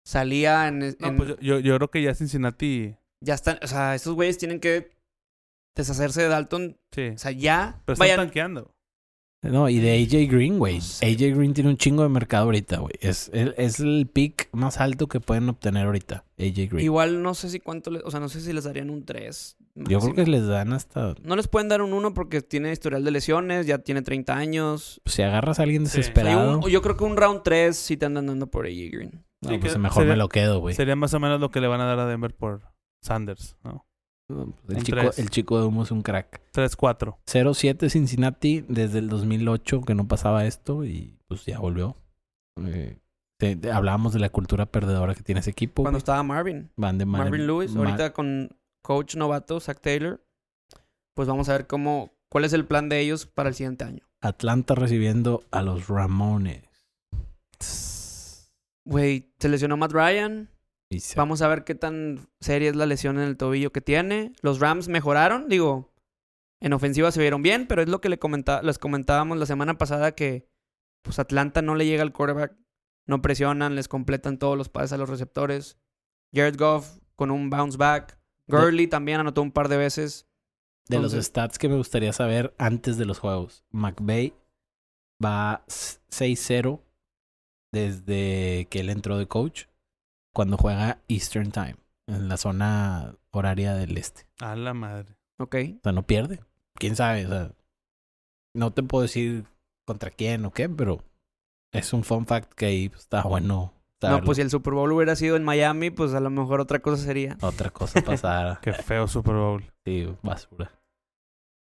Speaker 3: salía en.
Speaker 1: No,
Speaker 3: en-
Speaker 1: pues yo- yo, yo creo que ya Cincinnati.
Speaker 3: Ya están. O sea, estos güeyes tienen que deshacerse de Dalton.
Speaker 1: Sí.
Speaker 3: O sea, ya.
Speaker 1: Pero
Speaker 3: vayan-
Speaker 1: están tanqueando.
Speaker 2: No, y de AJ Green, güey. AJ Green tiene un chingo de mercado ahorita, güey. Es, el- es el pick más alto que pueden obtener ahorita, AJ Green.
Speaker 3: Igual no sé si cuánto. le- o sea, no sé si les darían un 3.
Speaker 2: Yo creo que les dan hasta...
Speaker 3: No les pueden dar un 1 porque tiene historial de lesiones, ya tiene 30 años.
Speaker 2: Si agarras a alguien
Speaker 1: Sí.
Speaker 3: O sea,
Speaker 2: desesperado,
Speaker 3: un- yo creo que un round 3 sí te andan dando por AJ Green.
Speaker 2: no,
Speaker 1: Sí,
Speaker 2: pues
Speaker 1: que
Speaker 2: mejor
Speaker 1: sería-
Speaker 2: me lo quedo, güey.
Speaker 1: Sería más o menos lo que le van a dar a Denver por Sanders, ¿no?
Speaker 2: No, pues
Speaker 1: un
Speaker 2: El chico,
Speaker 1: tres.
Speaker 2: el chico de humo es un crack.
Speaker 1: 3-4.
Speaker 2: 0-7 Cincinnati desde el 2008 que no pasaba esto y pues ya volvió. Eh, te- te- hablábamos de la cultura perdedora que tiene ese equipo.
Speaker 3: Cuando
Speaker 2: güey.
Speaker 3: estaba Marvin.
Speaker 2: Van de mal en-
Speaker 3: Marvin Lewis,
Speaker 2: mal-
Speaker 3: ahorita con coach novato, Zach Taylor. Pues vamos a ver cómo, cuál es el plan de ellos para el siguiente año.
Speaker 2: Atlanta recibiendo a los Ramones.
Speaker 3: Güey, se lesionó Matt Ryan.
Speaker 2: Y se-
Speaker 3: Vamos a ver qué tan seria es la lesión en el tobillo que tiene. Los Rams mejoraron, digo, en ofensiva se vieron bien, pero es lo que le comenta- les comentábamos la semana pasada que pues Atlanta no le llega al quarterback, no presionan, les completan todos los pases a los receptores. Jared Goff con un bounce back. Gurley también anotó un par de veces.
Speaker 2: de los
Speaker 3: entonces-
Speaker 2: stats que me gustaría saber antes de los juegos. McVay va s- 6-0 desde que él entró de coach cuando juega Eastern Time en la zona horaria del este.
Speaker 1: A la madre.
Speaker 3: Ok.
Speaker 2: O sea, no pierde. Quién sabe, o sea, no te puedo decir contra quién o qué, pero es un fun fact que ahí pues, está bueno.
Speaker 3: No,
Speaker 2: saberlo.
Speaker 3: pues si el Super Bowl hubiera sido en Miami, pues a lo mejor otra cosa sería.
Speaker 2: Otra cosa pasara.
Speaker 1: Qué feo Super Bowl.
Speaker 2: sí, basura.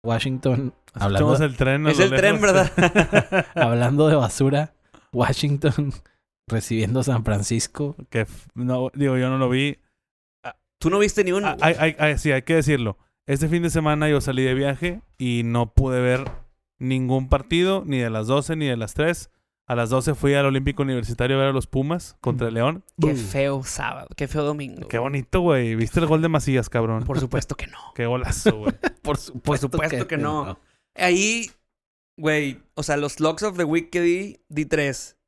Speaker 2: Washington, hablando,
Speaker 1: Escuchamos el tren. a
Speaker 3: es
Speaker 1: lo
Speaker 3: el tren,
Speaker 1: lejos.
Speaker 3: ¿verdad?
Speaker 2: hablando de basura, Washington recibiendo a San Francisco.
Speaker 1: Que f- no, digo, yo no lo vi.
Speaker 3: Tú no viste ni uno.
Speaker 1: Ah, hay- hay- hay- sí, hay que decirlo. Este fin de semana yo salí de viaje y no pude ver ningún partido, ni de las 12 ni de las 3. A las 12 fui al Olímpico Universitario a ver a los Pumas contra el León.
Speaker 3: Qué feo sábado, qué feo domingo.
Speaker 1: Qué bonito, güey. ¿Viste el gol de Macías, cabrón?
Speaker 3: Por supuesto que no.
Speaker 1: Qué golazo, güey.
Speaker 2: Por supuesto,
Speaker 3: supuesto que no. Ahí, güey, o sea, los locks of the week que di, di tres.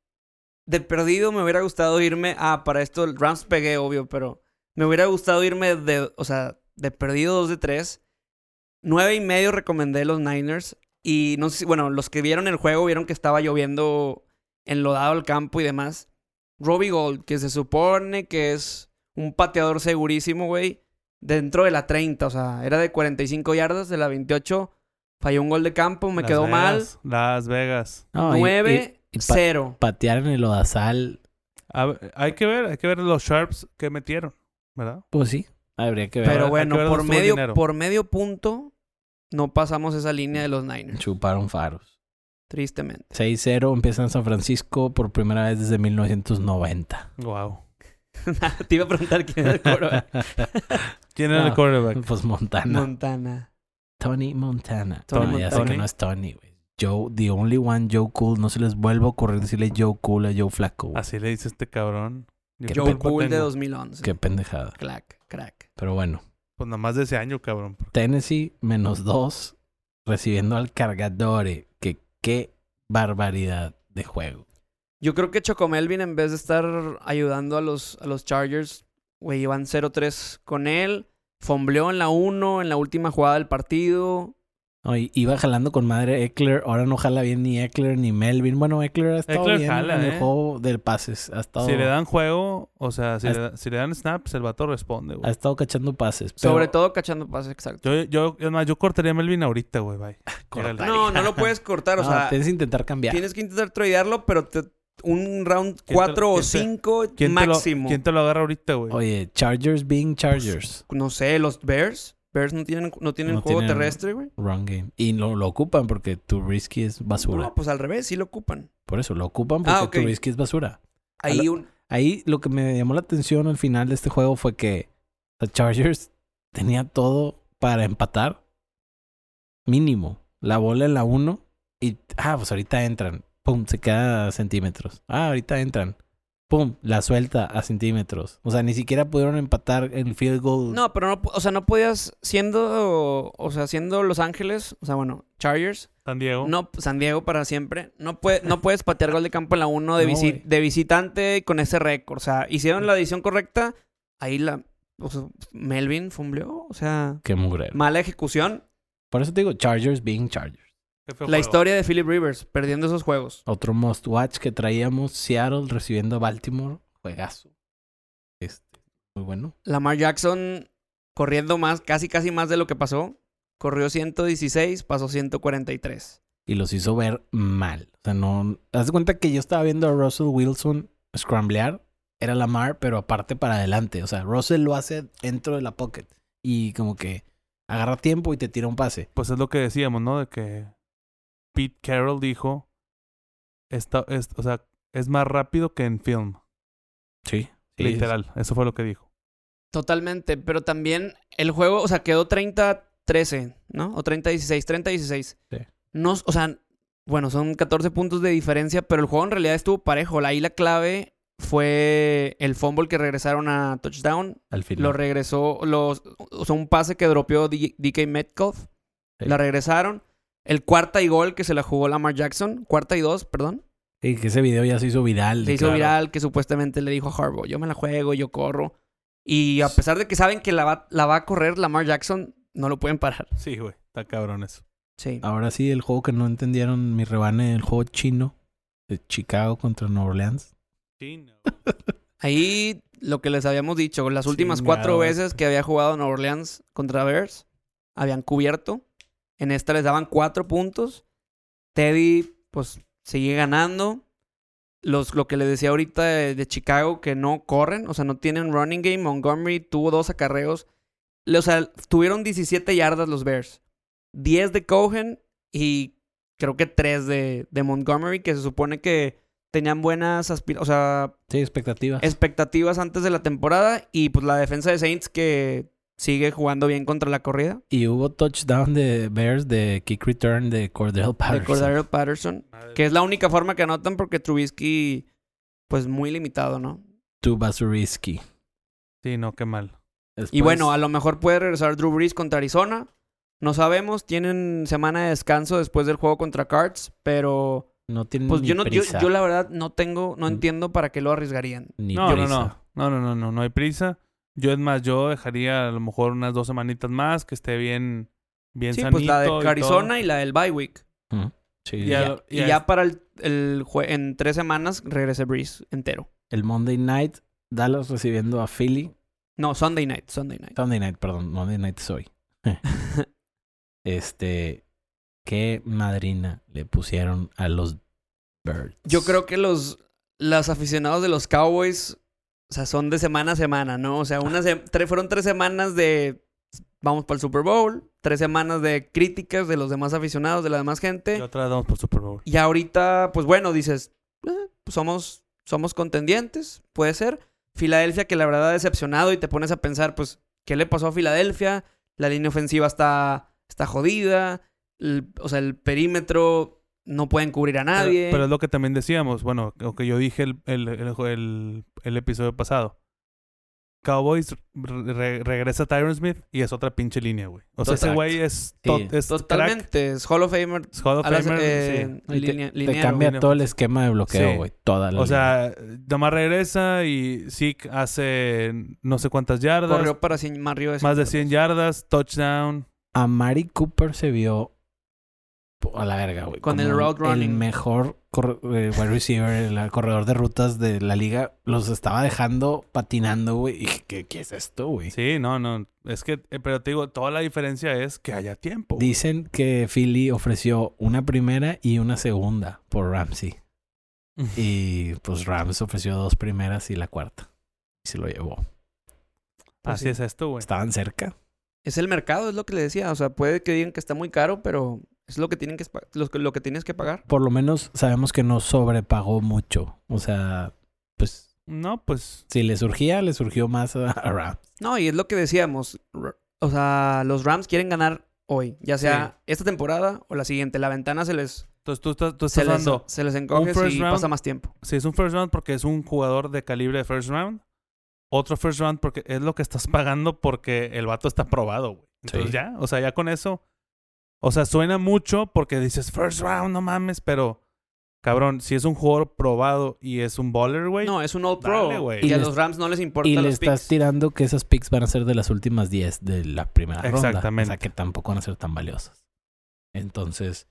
Speaker 3: De perdido me hubiera gustado irme. Ah, para esto el Rams pegué, obvio, pero me hubiera gustado irme de, o sea, de perdido dos de tres. Nueve y medio recomendé los Niners. Y no sé, si- bueno, los que vieron el juego vieron que estaba lloviendo enlodado el campo y demás. Robbie Gold, que se supone que es un pateador segurísimo, güey, dentro de la 30, o sea, era de 45 yardas, de la 28, falló un gol de campo, me
Speaker 1: Las
Speaker 3: quedó mal.
Speaker 1: Vegas, Las Vegas.
Speaker 2: No, y- y-
Speaker 3: 9-0.
Speaker 2: y pa- patear en el odazal
Speaker 1: A ver, hay que ver, hay que ver los Sharps que metieron, ¿verdad?
Speaker 2: Pues sí, habría que ver.
Speaker 1: hay
Speaker 3: Pero
Speaker 1: que
Speaker 3: bueno,
Speaker 1: ver
Speaker 3: por
Speaker 1: dónde estuvo el
Speaker 3: medio,
Speaker 1: dinero.
Speaker 3: por medio punto no pasamos esa línea de los Niners,
Speaker 2: Chuparon faros.
Speaker 3: tristemente.
Speaker 2: 6-0 empieza en San Francisco por primera vez desde 1990.
Speaker 1: Wow.
Speaker 3: Te iba a preguntar quién era el eh. quarterback.
Speaker 1: ¿Quién era
Speaker 2: No.
Speaker 3: Ah.
Speaker 1: el quarterback?
Speaker 2: pues Montana.
Speaker 3: Montana.
Speaker 2: Tony Montana.
Speaker 3: Tony
Speaker 2: Bueno, ya sé
Speaker 1: Montana.
Speaker 2: que no es Tony, güey. Joe, the only one, Joe Cool. No se les vuelvo a correr decirle Joe Cool a Joe Flaco. güey.
Speaker 1: Así le dice este cabrón. Yo
Speaker 2: Qué
Speaker 3: Joe
Speaker 1: culpa
Speaker 3: Cool de
Speaker 1: tengo.
Speaker 3: 2011.
Speaker 2: Qué pendejada.
Speaker 3: Crack, crack.
Speaker 2: Pero bueno,
Speaker 1: Pues nada más de ese año, cabrón.
Speaker 2: Tennessee menos 2 recibiendo al Cargadore. Que qué barbaridad de juego.
Speaker 3: Yo creo que Chocomelvin, en vez de estar ayudando a los, a los Chargers, güey, iban 0-3 con él. Fombleó en la 1, en la última jugada del partido.
Speaker 2: No, y iba jalando con madre Eckler. Ahora no jala bien ni Eckler ni Melvin. Bueno, Eckler ha estado
Speaker 1: Eckler
Speaker 2: bien
Speaker 1: jala,
Speaker 2: en el
Speaker 1: ¿eh?
Speaker 2: juego del pases. Ha estado,
Speaker 1: Si le dan juego, o sea, si,
Speaker 2: Ah,
Speaker 1: le, da- si le dan snaps, el vato responde,
Speaker 2: ha
Speaker 1: güey.
Speaker 2: estado cachando pases. pero-
Speaker 3: Sobre todo cachando pases, exacto.
Speaker 1: Yo, yo, es más, yo cortaría a Melvin ahorita, güey, bye.
Speaker 2: Cortar.
Speaker 1: Llégale.
Speaker 3: No, no lo puedes cortar, o
Speaker 2: No,
Speaker 3: sea,
Speaker 2: tienes que intentar cambiar.
Speaker 3: tienes que intentar tradearlo, pero te- un round
Speaker 1: te-
Speaker 3: 4 o
Speaker 1: quién te-
Speaker 3: 5
Speaker 1: ¿Quién, te lo,
Speaker 3: máximo.
Speaker 1: ¿Quién te lo agarra ahorita, güey?
Speaker 2: Oye, Chargers being Chargers.
Speaker 3: No sé, los Bears. Bears no tienen, no tienen
Speaker 2: No
Speaker 3: juego
Speaker 2: tienen-
Speaker 3: terrestre, güey.
Speaker 2: Wrong game. Y lo, lo ocupan porque tu risky es basura.
Speaker 3: No, pues al revés, sí lo ocupan.
Speaker 2: Por eso, lo ocupan porque
Speaker 3: Ah, ok.
Speaker 2: tu risky es basura.
Speaker 3: Ahí
Speaker 2: Aló.
Speaker 3: un...
Speaker 2: Ahí lo que me llamó la atención al final de este juego fue que The Chargers tenía todo para empatar. Mínimo. La bola en la 1. Y, ah, pues ahorita entran. Pum, se queda a centímetros. Ah, ahorita entran. pum, la suelta a centímetros. O sea, ni siquiera pudieron empatar el field goal.
Speaker 3: No, pero no, pu- o sea, no podías, siendo, o sea, siendo Los Ángeles, o sea, bueno, Chargers,
Speaker 1: San Diego.
Speaker 3: no, San Diego para siempre, no, puede, no puedes patear gol de campo en la 1 de,
Speaker 2: No,
Speaker 3: visi-
Speaker 2: güey.
Speaker 3: de visitante con ese récord. O sea, hicieron la decisión correcta, ahí la, o sea, Melvin fumbleó, o sea,
Speaker 2: Qué mugrero.
Speaker 3: mala ejecución.
Speaker 2: Por eso te digo, Chargers being Chargers.
Speaker 1: Qué feo
Speaker 3: La
Speaker 1: juego.
Speaker 3: historia de Philip Rivers, perdiendo esos juegos.
Speaker 2: Otro must watch que traíamos, Seattle recibiendo a Baltimore. Juegazo. Este, muy bueno.
Speaker 3: Lamar Jackson corriendo más, casi casi más de lo que pasó. Corrió 116, pasó 143.
Speaker 2: Y los hizo ver mal. O sea, no... Haz de cuenta que yo estaba viendo a Russell Wilson scramblear. Era Lamar, pero aparte para adelante. O sea, Russell lo hace dentro de la pocket. Y como que agarra tiempo y te tira un pase.
Speaker 1: Pues es lo que decíamos, ¿no? De que Pete Carroll dijo, esta, es, o sea, es más rápido que en film,
Speaker 2: Sí.
Speaker 1: literal. Eso fue lo que dijo.
Speaker 3: Totalmente, pero también el juego, o sea, quedó 30-13, ¿no? O 30-16, 30-16.
Speaker 2: Sí.
Speaker 3: No, o sea, bueno, son 14 puntos de diferencia, pero el juego en realidad estuvo parejo. Ahí la clave fue el fumble que regresaron a touchdown.
Speaker 2: Al final.
Speaker 3: Lo regresó, los, o sea, un pase que dropeó D- DK Metcalf.
Speaker 2: Sí.
Speaker 3: La regresaron. El cuarta y gol que se la jugó Lamar Jackson. Cuarta y dos, perdón.
Speaker 2: Y que ese video ya se hizo viral.
Speaker 3: Se hizo
Speaker 2: claro.
Speaker 3: viral que supuestamente le dijo a Harbaugh, yo me la juego, yo corro. Y a pesar de que saben que la va, la va a correr Lamar Jackson, no lo pueden parar.
Speaker 1: Sí, güey. Está cabrón eso.
Speaker 3: Sí.
Speaker 2: Ahora sí, el juego que no entendieron mi rebane, el juego chino de Chicago contra Nueva Orleans.
Speaker 3: Ahí lo que les habíamos dicho, las últimas
Speaker 2: Chingado,
Speaker 3: cuatro
Speaker 2: güey.
Speaker 3: veces que había jugado Nueva Orleans contra Bears, habían cubierto. En esta les daban cuatro puntos. Teddy, pues, sigue ganando. Los, lo que les decía ahorita de, de Chicago, que no corren, o sea, no tienen running game. Montgomery tuvo dos acarreos. Le- O sea, tuvieron 17 yardas los Bears. 10 de Cohen y creo que 3 de, de Montgomery, que se supone que tenían buenas aspiraciones. O sea,
Speaker 2: Sí, expectativas.
Speaker 3: expectativas antes de la temporada y pues la defensa de Saints que sigue jugando bien contra la corrida
Speaker 2: Y hubo touchdown de Bears de kick return de Cordell
Speaker 3: de
Speaker 2: Patterson.
Speaker 3: Cordero Patterson, que es la única forma que anotan porque Trubisky pues muy limitado, ¿no?
Speaker 2: To Basuriski.
Speaker 1: Sí, no, qué mal.
Speaker 2: Pues
Speaker 3: Y bueno, a lo mejor puede regresar Drew Brees contra Arizona. No sabemos, tienen semana de descanso después del juego contra Cards, pero
Speaker 2: no tienen
Speaker 3: pues
Speaker 2: ni
Speaker 3: yo no yo,
Speaker 2: prisa,
Speaker 3: yo la verdad no tengo no
Speaker 2: Mm.
Speaker 3: entiendo para qué lo arriesgarían.
Speaker 2: ni
Speaker 1: No, no,
Speaker 2: prisa.
Speaker 1: no. No, no, no, no. No hay prisa. Yo, es más, yo dejaría a lo mejor unas dos semanitas más, que esté bien, bien
Speaker 3: Sí,
Speaker 1: sanito.
Speaker 3: pues la de
Speaker 1: y todo.
Speaker 3: Arizona y la del bye week.
Speaker 2: Sí,
Speaker 1: Y
Speaker 2: ya.
Speaker 1: a lo-
Speaker 3: Y ya para el, el jue- en tres semanas regrese Brees entero.
Speaker 2: El Monday night, Dallas recibiendo a Philly.
Speaker 3: No, Sunday night, Sunday night.
Speaker 2: Sunday night, perdón. Monday night es hoy. este. ¿Qué madrina le pusieron a los Birds?
Speaker 3: Yo creo que los, los aficionados de los Cowboys, o sea, son de semana a semana, ¿no? O sea, una se- tre- fueron tres semanas de vamos para el Super Bowl, tres semanas de críticas de los demás aficionados, de la demás gente.
Speaker 1: Y otra vez vamos por Super Bowl.
Speaker 3: Y ahorita, pues bueno, dices, "Eh, pues somos, somos contendientes, puede ser. Filadelfia, que la verdad ha decepcionado y te pones a pensar, pues, ¿qué le pasó a Filadelfia? La línea ofensiva está, está jodida, el- o sea, el perímetro no pueden cubrir a
Speaker 1: Pero-
Speaker 3: nadie.
Speaker 1: Pero, es lo que también decíamos, bueno, lo que yo dije el, el, el, el- el episodio pasado. Cowboys re- re- regresa Tyron Smith y es otra pinche línea, güey. O sea, ese
Speaker 2: Exacto.
Speaker 1: güey es, to-
Speaker 2: Sí.
Speaker 1: es crack,
Speaker 3: Totalmente, es Hall of Famer.
Speaker 1: es Hall of
Speaker 3: a las-
Speaker 1: Famer, sí.
Speaker 3: eh,
Speaker 2: Y te-
Speaker 3: linea-
Speaker 2: te,
Speaker 3: lineal,
Speaker 2: cambia
Speaker 1: güey.
Speaker 2: todo el esquema de bloqueo,
Speaker 1: Sí.
Speaker 2: güey. Toda la
Speaker 1: O sea, nomás regresa y Zeke hace no sé cuántas yardas,
Speaker 3: Corrió para 100 más arriba de
Speaker 1: más de
Speaker 3: 100.
Speaker 1: 100 yardas, touchdown.
Speaker 2: a Mari Cooper se vio po- a la verga, güey.
Speaker 3: Con
Speaker 2: como
Speaker 3: el route
Speaker 2: El
Speaker 3: running.
Speaker 2: mejor corre- eh, wide receiver, el corredor de rutas de la liga, los estaba dejando patinando, güey. Y dije, ¿qué, qué es esto, güey?
Speaker 1: Sí, no, no. Es que, eh, pero te digo, toda la diferencia es que haya tiempo. güey.
Speaker 2: Dicen que Philly ofreció una primera y una segunda por Ramsey. Y pues Rams ofreció dos primeras y la cuarta. Y se lo llevó.
Speaker 3: Pues
Speaker 1: Así
Speaker 3: sí.
Speaker 1: es esto, güey.
Speaker 2: Estaban cerca.
Speaker 3: Es el mercado, es lo que le decía. O sea, puede que digan que está muy caro, pero es lo que, tienen que, espa- lo que, lo que tienes que pagar.
Speaker 2: Por lo menos sabemos que no sobrepagó mucho. O sea, pues
Speaker 1: No, pues
Speaker 2: Si le surgía, le surgió más a, a Rams.
Speaker 3: No, y es lo que decíamos. R- O sea, los Rams quieren ganar hoy, ya sea esta temporada o la siguiente. La ventana se les
Speaker 1: Entonces tú estás, tú
Speaker 3: Se
Speaker 1: estás
Speaker 3: les,
Speaker 1: dando.
Speaker 3: se les encoge
Speaker 1: first
Speaker 3: y
Speaker 1: round.
Speaker 3: pasa más tiempo.
Speaker 1: Si es un first round porque es un jugador de calibre de first round. Otro first round porque es lo que estás pagando porque el vato está probado, güey. Entonces
Speaker 2: Sí.
Speaker 1: ya, o sea, ya con eso. O sea, suena mucho porque dices first round, no mames, pero cabrón, si es un jugador probado y es un bowler, güey.
Speaker 3: No, es un old pro.
Speaker 1: dale, güey.
Speaker 3: y,
Speaker 2: Y
Speaker 3: a
Speaker 2: le-
Speaker 3: los Rams no les importa
Speaker 2: Y le
Speaker 3: los
Speaker 2: estás
Speaker 3: picks.
Speaker 2: tirando que esas picks van a ser de las últimas 10 de la primera ronda. O
Speaker 1: Exactamente.
Speaker 2: sea, que tampoco van a ser tan valiosas. Entonces,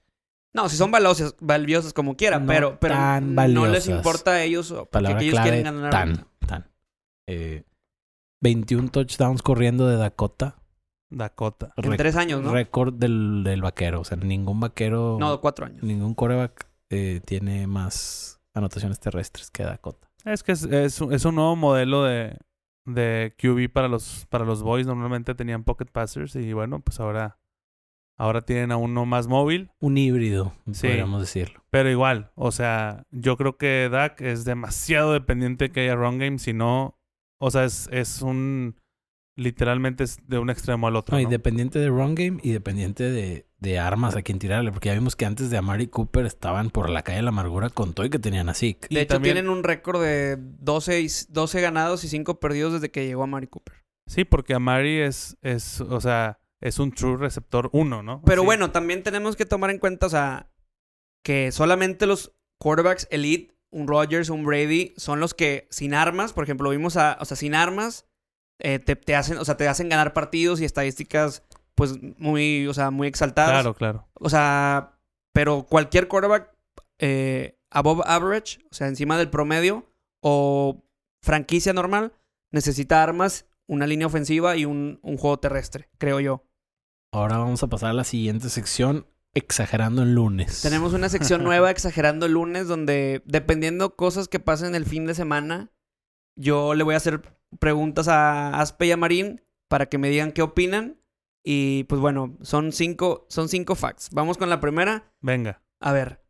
Speaker 3: No, si son valiosas, valiosas como quiera,
Speaker 2: No
Speaker 3: pero, pero
Speaker 2: tan
Speaker 3: no les
Speaker 2: valiosas.
Speaker 3: importa a ellos porque
Speaker 2: palabra
Speaker 3: ellos
Speaker 2: clave,
Speaker 3: quieren ganar.
Speaker 2: tan,
Speaker 3: ahorita.
Speaker 2: tan. Eh, 21 touchdowns corriendo de Dakota.
Speaker 1: Dakota.
Speaker 3: En
Speaker 2: Re-
Speaker 3: tres años, ¿no?
Speaker 2: Récord del, del vaquero. O sea, ningún vaquero,
Speaker 3: No, cuatro años.
Speaker 2: ningún coreback eh, tiene más anotaciones terrestres que Dakota.
Speaker 1: Es que es, es un- es un nuevo modelo de, de QB para los, para los boys. Normalmente tenían pocket passers y bueno, pues ahora, ahora tienen a uno más móvil.
Speaker 2: Un híbrido,
Speaker 1: Sí.
Speaker 2: podríamos decirlo.
Speaker 1: Pero igual, o sea, yo creo que Dak es demasiado dependiente que haya run game. Si no, o sea, es, es un... Literalmente es de un extremo al otro.
Speaker 2: No, y
Speaker 1: ¿no?
Speaker 2: dependiente de run game y dependiente de, de armas a quien tirarle. Porque ya vimos que antes de Amari Cooper estaban por la calle de la amargura con todo y que tenían a Zeke.
Speaker 1: Y
Speaker 3: De hecho,
Speaker 1: también-
Speaker 3: tienen un récord de 12, y- 12 ganados y 5 perdidos desde que llegó a Mari Cooper.
Speaker 1: Sí, porque Amari es, es, o sea, es un true receptor uno, ¿no?
Speaker 3: Pero
Speaker 1: Así.
Speaker 3: bueno, también tenemos que tomar en cuenta, o sea, que solamente los quarterbacks elite, un Rodgers, un Brady, son los que sin armas, por ejemplo, vimos a, o sea, sin armas, eh, te, te hacen, o sea, te hacen ganar partidos y estadísticas, pues, muy, o sea, muy exaltadas.
Speaker 1: Claro, claro.
Speaker 3: O sea, pero cualquier quarterback eh, above average, o sea, encima del promedio, o franquicia normal, necesita armas, una línea ofensiva y un, un juego terrestre, creo yo.
Speaker 2: Ahora vamos a pasar a la siguiente sección, exagerando en lunes.
Speaker 3: Tenemos una sección nueva, Exagerando el Lunes, donde dependiendo cosas que pasen el fin de semana, yo le voy a hacer preguntas a Aspe y a Marín para que me digan qué opinan. Y pues bueno, son cinco, son cinco facts. Vamos con la primera.
Speaker 1: Venga.
Speaker 3: A ver.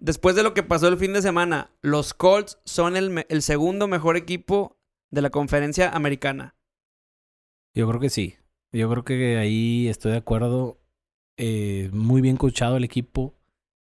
Speaker 3: Después de lo que pasó el fin de semana, los Colts son el, me- el segundo mejor equipo de la conferencia americana.
Speaker 2: Yo creo que sí. Yo creo que ahí estoy de acuerdo. Eh, muy bien coachado el equipo.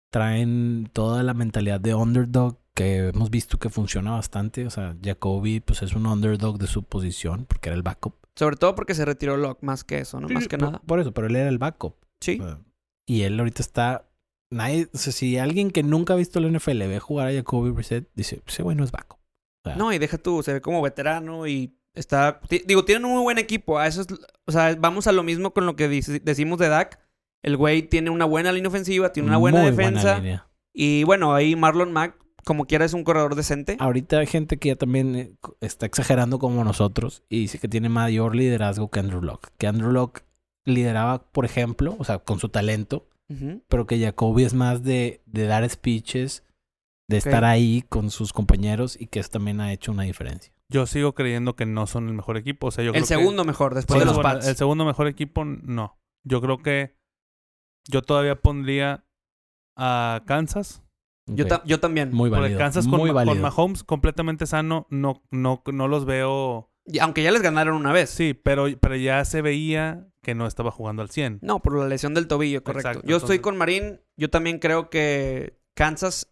Speaker 2: Traen toda la mentalidad de underdog que hemos visto que funciona bastante. O sea, Jacoby pues es un underdog de su posición porque era el backup.
Speaker 3: Sobre todo porque se retiró Locke, más que eso, ¿no? Más que
Speaker 2: por,
Speaker 3: nada.
Speaker 2: Por eso, pero él era el backup.
Speaker 3: Sí.
Speaker 2: O sea, Y él ahorita está... Nadie, o sea, si alguien que nunca ha visto la NFL ve jugar a Jacoby Brissett, dice, "Pues ese güey no es backup.
Speaker 1: Ah.
Speaker 3: No, y deja tú, se ve como veterano y está... ti- Digo, tienen un muy buen equipo. A eso es- o sea, vamos a lo mismo con lo que dice- decimos de Dak. El güey tiene una buena línea ofensiva, tiene una buena
Speaker 2: Muy
Speaker 3: defensa.
Speaker 2: línea.
Speaker 3: y bueno, ahí Marlon Mack, como quiera, es un corredor decente.
Speaker 1: Ah.
Speaker 2: Ahorita hay gente que ya también eh, co- está exagerando como nosotros y dice que tiene mayor liderazgo que Andrew Locke. Que Andrew Locke lideraba, por ejemplo, o sea, con su talento,
Speaker 3: Ujú.
Speaker 2: pero que Jacoby es más de, de dar speeches, de estar
Speaker 3: Ok.
Speaker 2: ahí con sus compañeros y que eso también ha hecho una diferencia.
Speaker 1: Yo sigo creyendo que no son el mejor equipo. O sea, yo creo
Speaker 3: El
Speaker 1: que-
Speaker 3: segundo mejor, después
Speaker 1: Sí,
Speaker 3: de los
Speaker 1: bueno,
Speaker 3: Pats.
Speaker 1: El segundo mejor equipo, no. Yo creo que yo todavía pondría a Kansas.
Speaker 3: Yo,
Speaker 2: Ok.
Speaker 3: ta- yo también.
Speaker 2: Muy
Speaker 1: Porque
Speaker 2: válido.
Speaker 1: Kansas con,
Speaker 2: muy
Speaker 1: Ma- con
Speaker 2: válido.
Speaker 1: Mahomes completamente sano, no, no, no los veo.
Speaker 3: Y Aunque ya les ganaron una vez.
Speaker 1: Sí, pero, pero ya se veía que no estaba jugando al 100.
Speaker 3: No, por la lesión del tobillo, correcto.
Speaker 1: Exacto,
Speaker 3: yo estoy
Speaker 1: entonces-
Speaker 3: con Marín. Yo también creo que Kansas,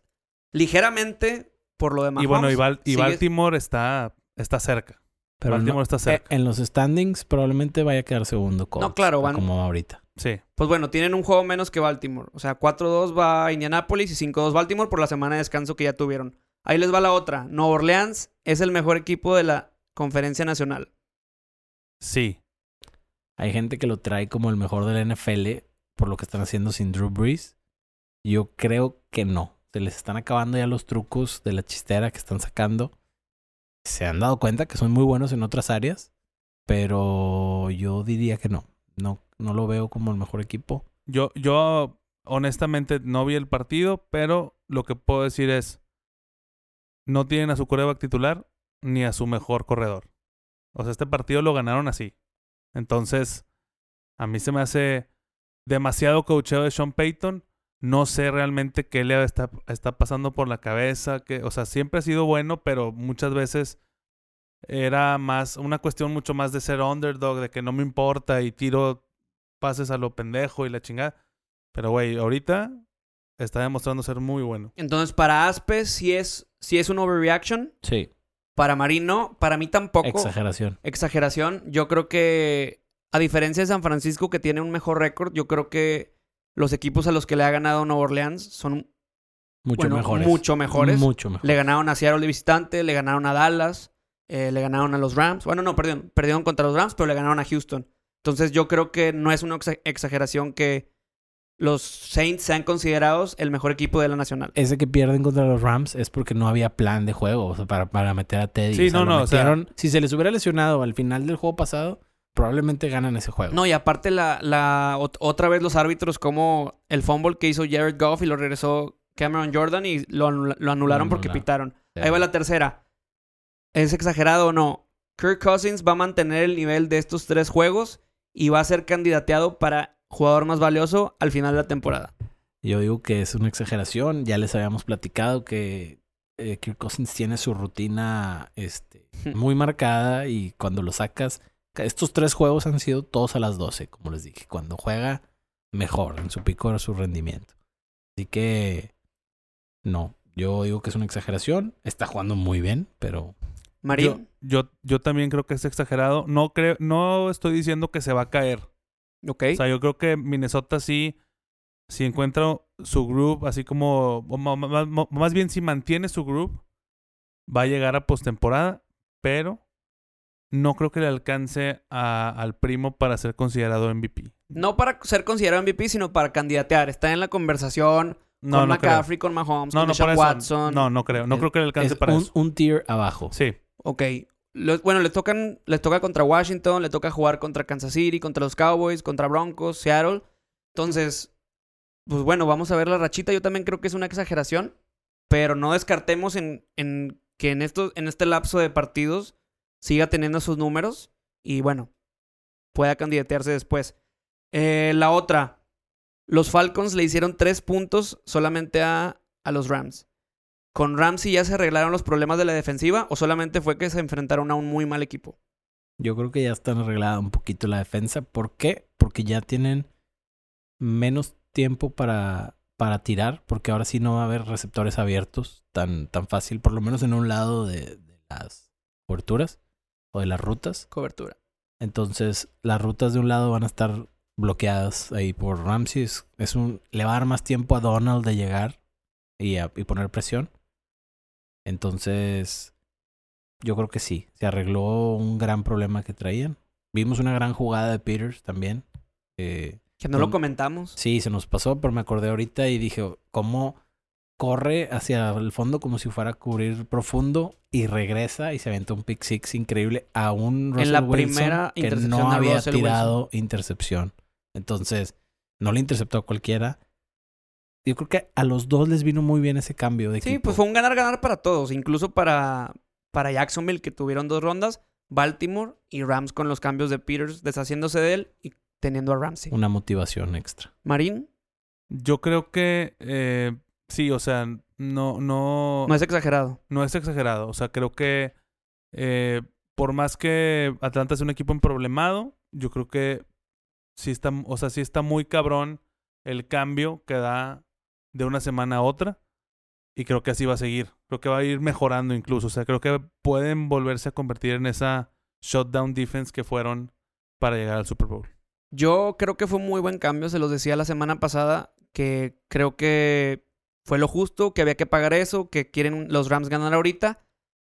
Speaker 3: ligeramente por lo de Mahomes.
Speaker 1: y bueno, y, Bal- y
Speaker 3: sigue-
Speaker 1: Baltimore está, está cerca.
Speaker 2: Pero no-
Speaker 1: Baltimore está
Speaker 2: eh,
Speaker 1: cerca.
Speaker 2: en los standings probablemente vaya a quedar segundo. Colts,
Speaker 3: claro, van-
Speaker 2: Como ahorita.
Speaker 1: Sí.
Speaker 3: Pues bueno, tienen un juego menos que Baltimore. O sea, 4-2 va a Indianapolis y 5-2 Baltimore por la semana de descanso que ya tuvieron. Ahí les va la otra. Nueva Orleans es el mejor equipo de la Conferencia Nacional.
Speaker 1: Sí.
Speaker 2: Hay gente que lo trae como el mejor de la NFL por lo que están haciendo sin Drew Brees. Yo creo que no. Se les están acabando ya los trucos de la chistera que están sacando. Se han dado cuenta que son muy buenos en otras áreas, pero yo diría que no. No, no lo veo como el mejor equipo.
Speaker 1: Yo, yo honestamente no vi el partido, pero lo que puedo decir es no tienen a su coreback titular ni a su mejor corredor. O sea, este partido lo ganaron así. Entonces, a mí se me hace demasiado coacheo de Sean Payton. No sé realmente qué le está, está pasando por la cabeza. Que, o sea, siempre ha sido bueno, pero muchas veces era más una cuestión mucho más de ser underdog, de que no me importa y tiro pases a lo pendejo y la chingada. Pero, güey, ahorita está demostrando ser muy bueno.
Speaker 3: Entonces, para Aspes sí es, sí es un overreaction.
Speaker 2: Sí,
Speaker 3: Para Marín no. Para mí tampoco.
Speaker 2: exageración.
Speaker 3: Exageración. Yo creo que, a diferencia de San Francisco, que tiene un mejor récord, yo creo que los equipos a los que le ha ganado Nueva Orleans son
Speaker 2: Mucho
Speaker 3: bueno,
Speaker 2: mejores.
Speaker 3: mucho mejores.
Speaker 2: Mucho mejor.
Speaker 3: Le ganaron a Seattle de visitante, le ganaron a Dallas, eh, le ganaron a los Rams. Bueno, no, perdieron. Perdieron contra los Rams, pero le ganaron a Houston. Entonces yo creo que no es una exa- exageración que los Saints sean considerados el mejor equipo de la Nacional.
Speaker 2: Ese que pierden contra los Rams es porque no había plan de juego o sea, para, para meter a Teddy.
Speaker 1: Sí,
Speaker 2: O sea,
Speaker 1: no,
Speaker 2: lo
Speaker 1: no, o sea-
Speaker 2: metieron- si se les hubiera lesionado al final del juego pasado, probablemente ganan ese juego.
Speaker 3: No, y aparte la, la ot- otra vez los árbitros como el fumble que hizo Jared Goff y lo regresó Cameron Jordan y lo, anula- lo anularon porque
Speaker 2: anularon.
Speaker 3: pitaron.
Speaker 2: Sí.
Speaker 3: Ahí va la tercera. ¿Es exagerado o no? Kirk Cousins va a mantener el nivel de estos tres juegos y va a ser candidateado para jugador más valioso al final de la temporada.
Speaker 2: Yo digo que es una exageración. Ya les habíamos platicado que eh, Kirk Cousins tiene su rutina este, muy marcada y cuando lo sacas, estos tres juegos han sido todos a las 12, como les dije. Cuando juega, mejor en su pico su rendimiento. Así que, no, yo digo que es una exageración. Está jugando muy bien, pero
Speaker 1: Yo,
Speaker 3: Marín,
Speaker 1: yo, yo también creo que es exagerado. No creo, no estoy diciendo que se va a caer.
Speaker 3: ok.
Speaker 1: O sea, yo creo que Minnesota sí, si encuentra su group, así como, o ma- ma- ma- más bien si mantiene su group, va a llegar a postemporada, pero no creo que le alcance a- al primo para ser considerado MVP.
Speaker 3: No para ser considerado MVP, sino para candidatear. Está en la conversación
Speaker 1: No,
Speaker 3: con
Speaker 1: no creo.
Speaker 3: McCaffrey, con Mahomes,
Speaker 1: No,
Speaker 3: con
Speaker 1: no,
Speaker 3: Deshaun
Speaker 1: para eso.
Speaker 3: Watson.
Speaker 1: No, no creo. No
Speaker 2: Es-
Speaker 1: creo que le alcance
Speaker 2: es
Speaker 1: para
Speaker 2: un,
Speaker 1: eso.
Speaker 2: un tier abajo.
Speaker 1: Sí.
Speaker 3: Ok. Los- bueno, les tocan, les toca contra Washington, le toca jugar contra Kansas City, contra los Cowboys, contra Broncos, Seattle. Entonces, pues bueno, vamos a ver la rachita. Yo también creo que es una exageración, pero no descartemos en, en que en estos, en este lapso de partidos siga teniendo sus números y bueno, pueda candidatearse después. Eh, la otra, los Falcons le hicieron tres puntos solamente a, a los Rams. ¿Con Ramsey ya se arreglaron los problemas de la defensiva o solamente fue que se enfrentaron a un muy mal equipo?
Speaker 2: Yo creo que ya están arreglada un poquito la defensa. ¿Por qué? Porque ya tienen menos tiempo para, para tirar, porque ahora sí no va a haber receptores abiertos tan, tan fácil, por lo menos en un lado de, de las coberturas o de las rutas.
Speaker 3: Cobertura.
Speaker 2: Entonces, las rutas de un lado van a estar bloqueadas ahí por Ramsey. Es, es un, le va a dar más tiempo a Donald de llegar y, a- y poner presión. Entonces, yo creo que sí. Se arregló un gran problema que traían. Vimos una gran jugada de Peters también. Eh,
Speaker 3: Que no lo
Speaker 2: Mm.
Speaker 3: comentamos.
Speaker 2: sí, se nos pasó, pero me acordé ahorita y dije, ¿cómo corre hacia el fondo como si fuera a cubrir profundo y regresa y se aventó un pick six increíble a un Russell
Speaker 3: la
Speaker 2: Wilson
Speaker 3: primera
Speaker 2: que
Speaker 3: intercepción
Speaker 2: no
Speaker 3: de
Speaker 2: había
Speaker 3: Russell
Speaker 2: tirado intercepción. Entonces, no le interceptó a cualquiera. Yo creo que a los dos les vino muy bien ese cambio de
Speaker 3: Sí,
Speaker 2: equipo.
Speaker 3: pues fue un ganar-ganar para todos, incluso para, para Jacksonville, que tuvieron dos rondas, Baltimore y Rams con los cambios de Peters, deshaciéndose de él y teniendo a Ramsey.
Speaker 2: una motivación extra.
Speaker 3: Marín,
Speaker 1: Yo creo que eh, sí, o sea, no, no,
Speaker 3: no es exagerado.
Speaker 1: no es exagerado. O sea, creo que eh, por más que Atlanta es un equipo emproblemado, yo creo que sí está, o sea, sí está muy cabrón el cambio que da de una semana a otra. Y creo que así va a seguir. Creo que va a ir mejorando incluso. O sea, creo que pueden volverse a convertir en esa shutdown defense que fueron para llegar al Super Bowl.
Speaker 3: Yo creo que fue un muy buen cambio, se los decía la semana pasada, que creo que fue lo justo, que había que pagar eso, que quieren los Rams ganar ahorita,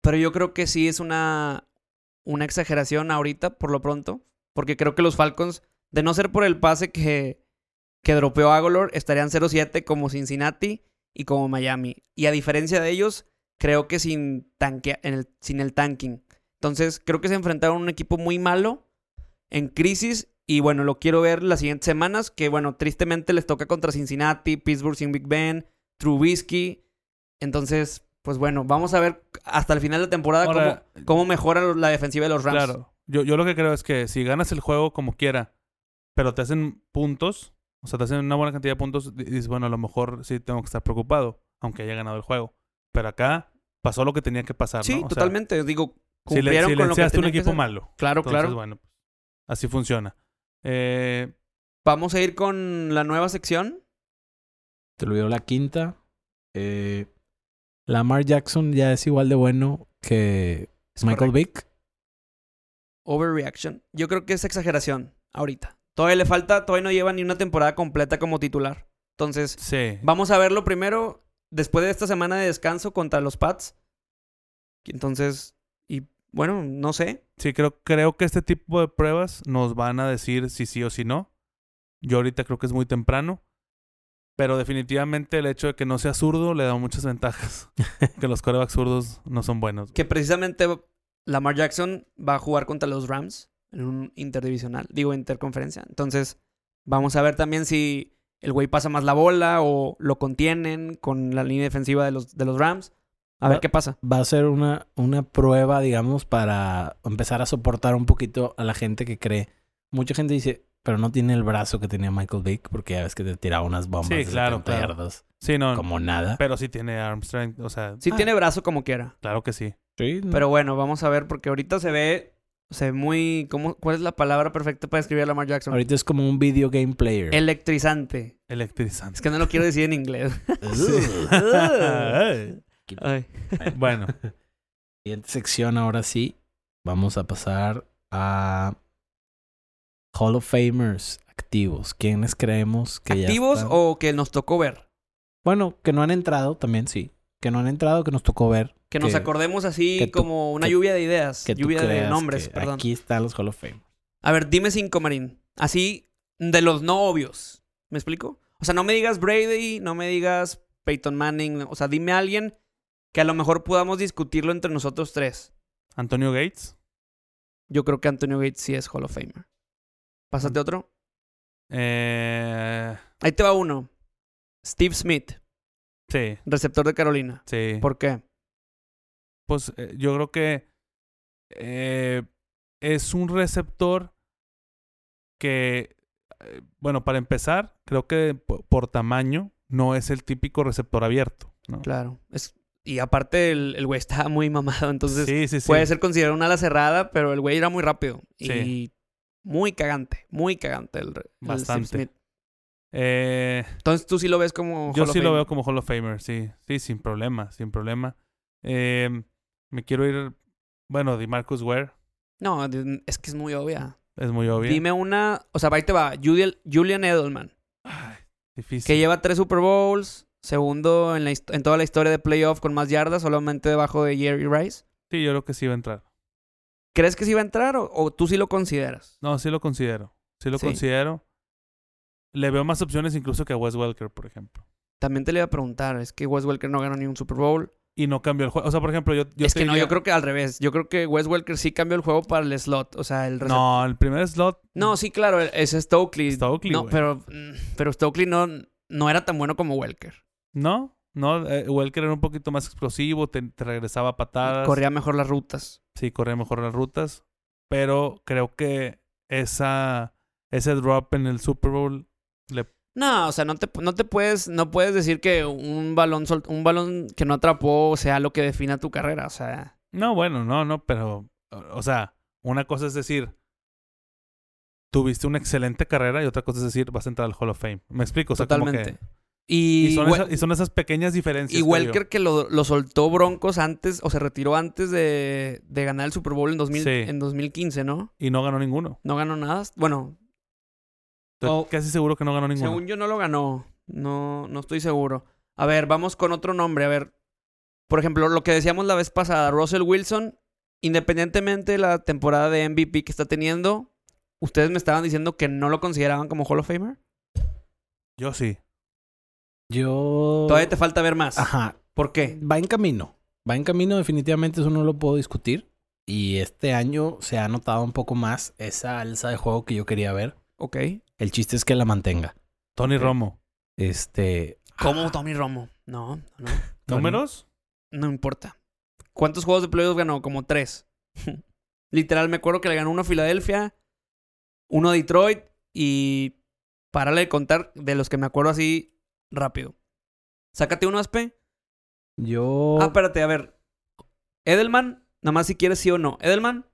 Speaker 3: pero yo creo que sí es una, una exageración ahorita, por lo pronto, porque creo que los Falcons, de no ser por el pase que, que dropeó Agolor, estarían 0-7 como Cincinnati y como Miami. Y a diferencia de ellos, creo que sin, tanque, en el, sin el tanking. Entonces, creo que se enfrentaron a un equipo muy malo en crisis. Y bueno, lo quiero ver las siguientes semanas. Que bueno, tristemente les toca contra Cincinnati, Pittsburgh sin Big Ben, Trubisky. Entonces, pues bueno, vamos a ver hasta el final de temporada
Speaker 1: Ahora-
Speaker 3: cómo, cómo mejora la defensiva de los Rams.
Speaker 1: Claro. Yo, yo lo que creo es que si ganas el juego como quiera, pero te hacen puntos, o sea, te hacen una buena cantidad de puntos, di- dices, bueno, a lo mejor sí tengo que estar preocupado, aunque haya ganado el juego. Pero acá pasó lo que tenía que pasar,
Speaker 3: Sí,
Speaker 1: ¿no? O sea,
Speaker 3: totalmente. Digo,
Speaker 1: si le-
Speaker 3: cumplieron con lo que
Speaker 1: silenciaste un
Speaker 3: tenían que
Speaker 1: equipo
Speaker 3: hacer.
Speaker 1: malo.
Speaker 3: Claro,
Speaker 1: Entonces,
Speaker 3: claro.
Speaker 1: bueno, pues, así funciona. Eh,
Speaker 3: Vamos a ir con la nueva sección.
Speaker 2: Te olvidó la quinta. Eh, Lamar Jackson ya es igual de bueno que
Speaker 3: Es
Speaker 2: Michael
Speaker 3: correcto.
Speaker 2: Vick.
Speaker 3: Overreaction. Yo creo que es exageración ahorita. Todavía le falta, todavía no lleva ni una temporada completa como titular. Entonces,
Speaker 1: Sí.
Speaker 3: Vamos a verlo primero después de esta semana de descanso contra los Pats. Entonces, y bueno, no sé.
Speaker 1: Sí, creo, creo que este tipo de pruebas nos van a decir si sí o si no. Yo ahorita creo que es muy temprano. Pero definitivamente el hecho de que no sea zurdo le da muchas ventajas. que los corebacks zurdos no son buenos. güey.
Speaker 3: Que precisamente Lamar Jackson va a jugar contra los Rams en un interdivisional, digo interconferencia. Entonces, vamos a ver también si el güey pasa más la bola o lo contienen con la línea defensiva de los, de los Rams. A ver
Speaker 2: Va-
Speaker 3: qué pasa.
Speaker 2: Va a ser una, una prueba, digamos, para empezar a soportar un poquito a la gente que cree. Mucha gente dice, pero no tiene el brazo que tenía Michael Vick porque ya ves que te tiraba unas bombas
Speaker 1: Sí,
Speaker 2: de
Speaker 1: claro,
Speaker 2: 70
Speaker 1: claro.
Speaker 2: yardas
Speaker 1: Sí, no.
Speaker 2: como nada.
Speaker 1: Pero sí tiene arm strength. O sea,
Speaker 3: Si
Speaker 2: Ah. Mm.
Speaker 3: tiene brazo como quiera.
Speaker 1: claro que sí.
Speaker 2: Sí, no.
Speaker 3: Pero bueno, vamos a ver porque ahorita se ve, se ve muy... ¿cómo, ¿Cuál es la palabra perfecta para describir a Lamar Jackson?
Speaker 2: ahorita es como un video game player.
Speaker 3: Electrizante.
Speaker 1: Electrizante.
Speaker 3: Es que no lo quiero decir en inglés.
Speaker 1: Ay.
Speaker 3: Ay.
Speaker 1: bueno,
Speaker 2: Siguiente sección, ahora sí. Vamos a pasar a Hall of Famers activos. ¿Quiénes creemos que ya
Speaker 3: ¿Activos
Speaker 2: están?
Speaker 3: o que nos tocó ver?
Speaker 2: Bueno, que no han entrado también, sí. Que no han entrado, que nos tocó ver.
Speaker 3: Que nos
Speaker 2: Que-
Speaker 3: acordemos así
Speaker 2: que tú-
Speaker 3: como una
Speaker 2: que-
Speaker 3: lluvia de ideas.
Speaker 2: Que tú
Speaker 3: lluvia de
Speaker 2: creas
Speaker 3: nombres,
Speaker 2: que
Speaker 3: perdón.
Speaker 2: Aquí están los Hall of Famers.
Speaker 3: A ver, dime cinco, Marín. Así de los no obvios. ¿Me explico? O sea, no me digas Brady, no me digas Peyton Manning. O sea, dime a alguien que a lo mejor podamos discutirlo entre nosotros tres.
Speaker 1: Antonio Gates,
Speaker 3: Yo creo que Antonio Gates sí es Hall of Famer. Pásate otro.
Speaker 1: eh,
Speaker 3: Ahí te va uno. Steve Smith,
Speaker 1: sí,
Speaker 3: receptor de Carolina.
Speaker 1: sí.
Speaker 3: ¿Por qué?
Speaker 1: pues eh, yo creo que eh, es un receptor que, eh, bueno, para empezar, creo que po- por tamaño no es el típico receptor abierto. ¿no?
Speaker 3: Claro. Es, y aparte, el el güey estaba muy mamado, entonces
Speaker 1: sí, sí, sí.
Speaker 3: puede ser considerado una ala cerrada, pero el güey era muy rápido. Y
Speaker 1: Sí.
Speaker 3: muy cagante, muy cagante el, el
Speaker 1: Bastante.
Speaker 3: Steve Smith.
Speaker 1: Eh,
Speaker 3: Entonces tú sí lo ves como.
Speaker 1: yo
Speaker 3: Hall of
Speaker 1: sí lo
Speaker 3: Fame?
Speaker 1: veo como Hall of Famer, sí, sí, sin problema, sin problema. Eh, me quiero ir, bueno, de Marcus Ware,
Speaker 3: No, de- es que es muy obvia.
Speaker 1: es muy obvio.
Speaker 3: Dime una. O sea, ahí te va. Julian, Julian Edelman,
Speaker 1: Ay,
Speaker 3: que
Speaker 1: difícil.
Speaker 3: lleva tres Super Bowls, segundo en, la, hist- en toda la historia de playoff con más yardas, solamente debajo de Jerry Rice.
Speaker 1: Sí, yo creo que sí va a entrar.
Speaker 3: ¿Crees que sí va a entrar o, o tú sí lo consideras?
Speaker 1: No, sí lo considero, sí lo
Speaker 3: Sí.
Speaker 1: considero. Le veo más opciones incluso que a Wes Welker, por ejemplo.
Speaker 3: También te le iba a preguntar. Es que Wes Welker no ganó ni un Super Bowl.
Speaker 1: y no cambió el juego. O sea, por ejemplo, yo, yo
Speaker 3: es
Speaker 1: te
Speaker 3: que no,
Speaker 1: diría-
Speaker 3: yo creo que al revés. Yo creo que Wes Welker sí cambió el juego para el slot. O sea, el recep-
Speaker 1: No, el primer slot.
Speaker 3: No, sí, claro, e-, es Stokely.
Speaker 1: Está Oakley,
Speaker 3: no,
Speaker 1: güey.
Speaker 3: pero, mm, pero Stokely no, no era tan bueno como Welker.
Speaker 1: No, no. eh, Welker era un poquito más explosivo, te, te regresaba a patadas.
Speaker 3: Corría mejor las rutas.
Speaker 1: Sí, corría mejor las rutas. Pero creo que esa, ese drop en el Super Bowl.
Speaker 3: No, o sea, no te, no te puedes, no puedes decir que un balón, sol- un balón que no atrapó sea lo que defina tu carrera. O sea,
Speaker 1: No, bueno, no, no, pero. O o sea, una cosa es decir. Tuviste una excelente carrera y otra cosa es decir, vas a entrar al Hall of Fame. Me explico, o sea, como que-
Speaker 3: totalmente.
Speaker 1: y,
Speaker 3: Y,
Speaker 1: son
Speaker 3: Wel-
Speaker 1: esas, y son esas pequeñas diferencias.
Speaker 3: y
Speaker 1: creo yo.
Speaker 3: Welker que lo, lo soltó Broncos antes, o se retiró antes de, de ganar el Super Bowl en, 2000,
Speaker 1: Sí.
Speaker 3: en 2015, ¿no?
Speaker 1: Y no ganó ninguno.
Speaker 3: No ganó nada. Bueno,
Speaker 1: Estoy
Speaker 3: Oh.
Speaker 1: casi seguro que no ganó ninguno.
Speaker 3: Según yo no lo ganó. No, no estoy seguro. A ver, vamos con otro nombre. A ver, por ejemplo, lo que decíamos la vez pasada, Russell Wilson, independientemente de la temporada de MVP que está teniendo, ustedes me estaban diciendo que no lo consideraban como Hall of Famer.
Speaker 1: Yo sí.
Speaker 2: Yo.
Speaker 3: Todavía te falta ver más.
Speaker 2: Ajá.
Speaker 3: ¿Por qué?
Speaker 2: Va en camino. Va en camino, definitivamente, eso no lo puedo discutir. Y este año se ha notado un poco más esa alza de juego que yo quería ver.
Speaker 3: Ok.
Speaker 2: El chiste es que la mantenga.
Speaker 1: Tony
Speaker 2: Ok.
Speaker 1: Romo.
Speaker 2: Este.
Speaker 3: ¿Cómo Tommy Romo? No, no,
Speaker 2: Tony-
Speaker 1: ¿Números?
Speaker 3: no importa. ¿Cuántos juegos de playoffs ganó? Como tres. Literal, me acuerdo que le ganó uno a Filadelfia, uno a Detroit y párale de contar de los que me acuerdo así rápido. Sácate uno, Aspe.
Speaker 1: Oh.
Speaker 2: Yo.
Speaker 3: Ah, espérate, a ver. Edelman, nada más si quieres sí o no. Edelman,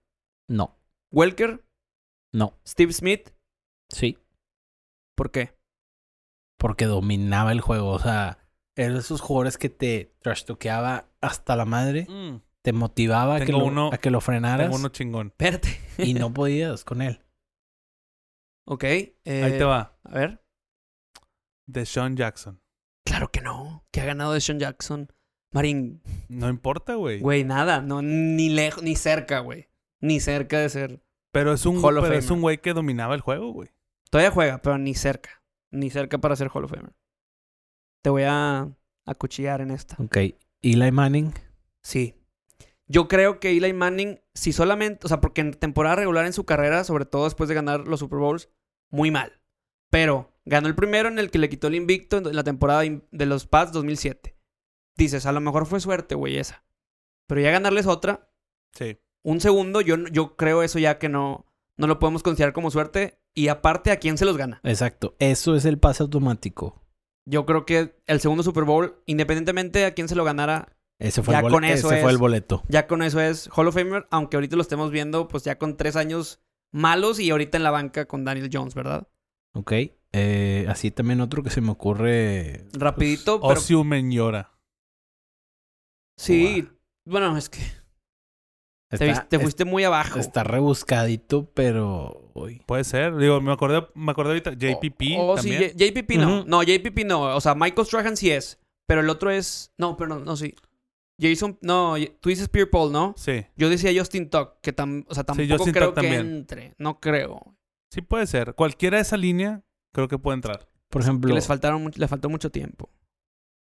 Speaker 2: No.
Speaker 3: Welker,
Speaker 2: No.
Speaker 3: Steve Smith,
Speaker 2: Sí.
Speaker 3: ¿por qué?
Speaker 2: porque dominaba el juego. O sea, era de esos jugadores que te trash hasta la madre,
Speaker 1: Mm,
Speaker 2: te motivaba a que,
Speaker 1: Tengo
Speaker 2: lo,
Speaker 1: uno-
Speaker 2: a que lo frenaras
Speaker 1: tengo uno chingón.
Speaker 3: Espérate.
Speaker 2: y no podías con él.
Speaker 3: Ok.
Speaker 1: Ahí
Speaker 3: eh,
Speaker 1: te va.
Speaker 3: A ver.
Speaker 1: De Sean Jackson.
Speaker 3: Claro que no. Que ha ganado de Sean Jackson. Marín,
Speaker 1: No importa, güey.
Speaker 3: güey, nada. No, ni lejos, ni cerca, güey. Ni cerca de ser.
Speaker 1: Pero es un
Speaker 3: Hall of
Speaker 1: pero es
Speaker 3: Famer.
Speaker 1: un güey que dominaba el juego, güey.
Speaker 3: Todavía juega, pero ni cerca. Ni cerca para ser Hall of Famer. Te voy a acuchillar en esta.
Speaker 2: Ok. Eli Manning.
Speaker 3: Sí. Yo creo que Eli Manning, si solamente, o sea, porque en temporada regular en su carrera, sobre todo después de ganar los Super Bowls, muy mal. Pero ganó el primero en el que le quitó el invicto en la temporada in- de los Pats 2007. Dices, a lo mejor fue suerte, güey, esa. Pero ya ganarles otra,
Speaker 1: Sí.
Speaker 3: un segundo, yo, no- yo creo eso ya que no, no lo podemos considerar como suerte. Y aparte, ¿a quién se los gana?
Speaker 2: Exacto. Eso es el pase automático.
Speaker 3: Yo creo que el segundo Super Bowl, independientemente de a quién se lo ganara,
Speaker 2: Ese fue,
Speaker 3: Ya
Speaker 2: el, boleto.
Speaker 3: con eso
Speaker 2: ese fue
Speaker 3: es.
Speaker 2: el boleto.
Speaker 3: Ya con eso es Hall of Famer, aunque ahorita lo estemos viendo, pues ya con tres años malos y ahorita en la banca con Daniel Jones, ¿verdad?
Speaker 2: Ok. Eh, así también otro que se me ocurre. pues, oh,
Speaker 3: Rapidito, pero
Speaker 1: Ozzy Meñora.
Speaker 3: sí. Bueno, es que
Speaker 2: está-
Speaker 3: te, vis- te fuiste muy abajo.
Speaker 2: Está rebuscadito, pero. uy.
Speaker 1: Puede ser. Digo, me acordé, me acordé ahorita. JPP
Speaker 3: O- o Oh, sí,
Speaker 1: también.
Speaker 3: J- JPP no.
Speaker 2: Ujú.
Speaker 3: No, JPP no. O sea, Michael Strahan sí es, pero el otro es... No, pero no, no, sí. Jason... No, y- tú dices Pierre Paul, ¿no?
Speaker 1: sí.
Speaker 3: Yo decía Justin Tuck, que tam, o sea, tampoco
Speaker 1: Justin
Speaker 3: creo
Speaker 1: Tuck
Speaker 3: que
Speaker 1: también.
Speaker 3: entre. No creo.
Speaker 1: Sí puede ser. Cualquiera de esa línea creo que puede entrar.
Speaker 2: Por
Speaker 3: Que
Speaker 2: ejemplo,
Speaker 3: les faltaron, much- les faltó mucho tiempo.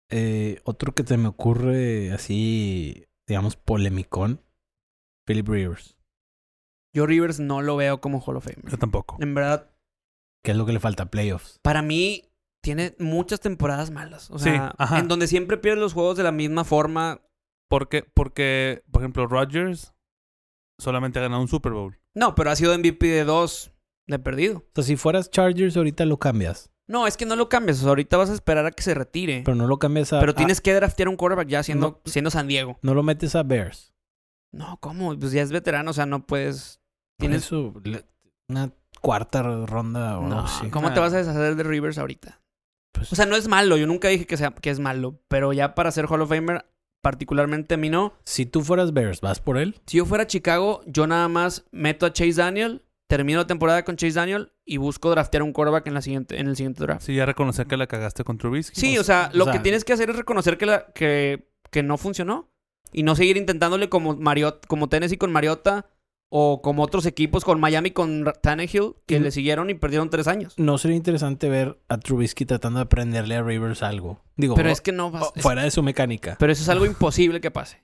Speaker 2: eh, otro que se me ocurre así, digamos, polemicón. Philip Rivers.
Speaker 3: Yo Rivers no lo veo como Hall of Famer.
Speaker 1: Yo tampoco.
Speaker 3: En verdad,
Speaker 2: ¿Qué es lo que le falta? Playoffs.
Speaker 3: para mí tiene muchas temporadas malas. O
Speaker 1: Sí,
Speaker 3: sea,
Speaker 1: ajá.
Speaker 3: en donde siempre pierde los juegos de la misma forma.
Speaker 1: Porque, porque, por ejemplo, Rodgers solamente ha ganado un Super Bowl.
Speaker 3: No, pero ha sido MVP de dos de perdido.
Speaker 2: O sea, si fueras Chargers, ahorita lo cambias.
Speaker 3: No, es que no lo cambias. O sea, ahorita vas a esperar a que se retire. Pero,
Speaker 2: Pero no lo cambias
Speaker 1: ah,
Speaker 2: a. a-
Speaker 3: tienes que draftear un quarterback ya siendo,
Speaker 2: No.
Speaker 3: siendo San Diego.
Speaker 2: no lo metes a Bears.
Speaker 3: No, ¿cómo? Pues ya es veterano, o sea, no puedes.
Speaker 2: Tienes
Speaker 3: Tienes.
Speaker 2: una cuarta ronda o
Speaker 3: No,
Speaker 2: algo así.
Speaker 3: ¿Cómo te vas a deshacer de Rivers ahorita?
Speaker 2: Pues-
Speaker 3: O sea, no es malo. Yo nunca dije que, sea, que es malo. Pero ya para ser Hall of Famer, particularmente a mí no.
Speaker 2: Si tú fueras Bears, ¿vas por él?
Speaker 3: Si yo fuera a Chicago, yo nada más meto a Chase Daniel, termino la temporada con Chase Daniel y busco draftear un quarterback en, la siguiente, en el siguiente draft.
Speaker 1: Sí, ya reconocer que la cagaste con Trubisky. Pues,
Speaker 3: Sí, pues, o sea, lo
Speaker 2: o sea-
Speaker 3: que tienes que hacer es reconocer que, la, que, que no funcionó y no seguir intentándole como, Mariot, como Tennessee con Mariota o como otros equipos con Miami con Ra- Tannehill que
Speaker 2: Mm.
Speaker 3: le siguieron y perdieron tres años.
Speaker 2: No sería interesante ver a Trubisky tratando de aprenderle a Rivers algo. Digo,
Speaker 3: Pero
Speaker 2: o-
Speaker 3: es que no vas-
Speaker 2: o- fuera de su mecánica.
Speaker 3: Pero eso es algo imposible que pase.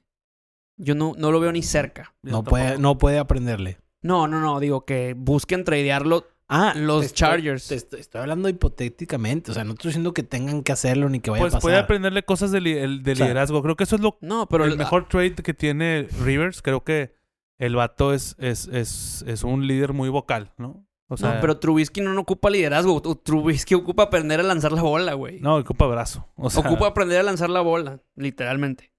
Speaker 3: Yo no, no lo veo ni cerca.
Speaker 1: Yo
Speaker 2: no,
Speaker 1: tampoco.
Speaker 2: puede, no puede aprenderle.
Speaker 3: No, no, no. Digo que busquen tradearlo
Speaker 2: Ah,
Speaker 3: los
Speaker 2: te estoy-
Speaker 3: Chargers.
Speaker 2: te estoy, estoy hablando hipotéticamente. O sea, no estoy diciendo que tengan que hacerlo ni que vaya
Speaker 1: Pues
Speaker 2: a
Speaker 1: puede
Speaker 2: pasar.
Speaker 1: aprenderle cosas de, li- el- de
Speaker 2: O sea,
Speaker 1: liderazgo. Creo que eso es lo
Speaker 3: No, pero ah,
Speaker 1: el
Speaker 3: lo-
Speaker 1: mejor trade que tiene Rivers. Creo que el vato es, es, es, es un líder muy vocal, ¿no? O sea,
Speaker 3: no,
Speaker 1: no,
Speaker 3: pero Trubisky no no ocupa liderazgo. Tu- Trubisky ocupa aprender a lanzar la bola, güey.
Speaker 1: ocupa brazo. O sea,
Speaker 3: ocupa aprender a lanzar la bola, literalmente.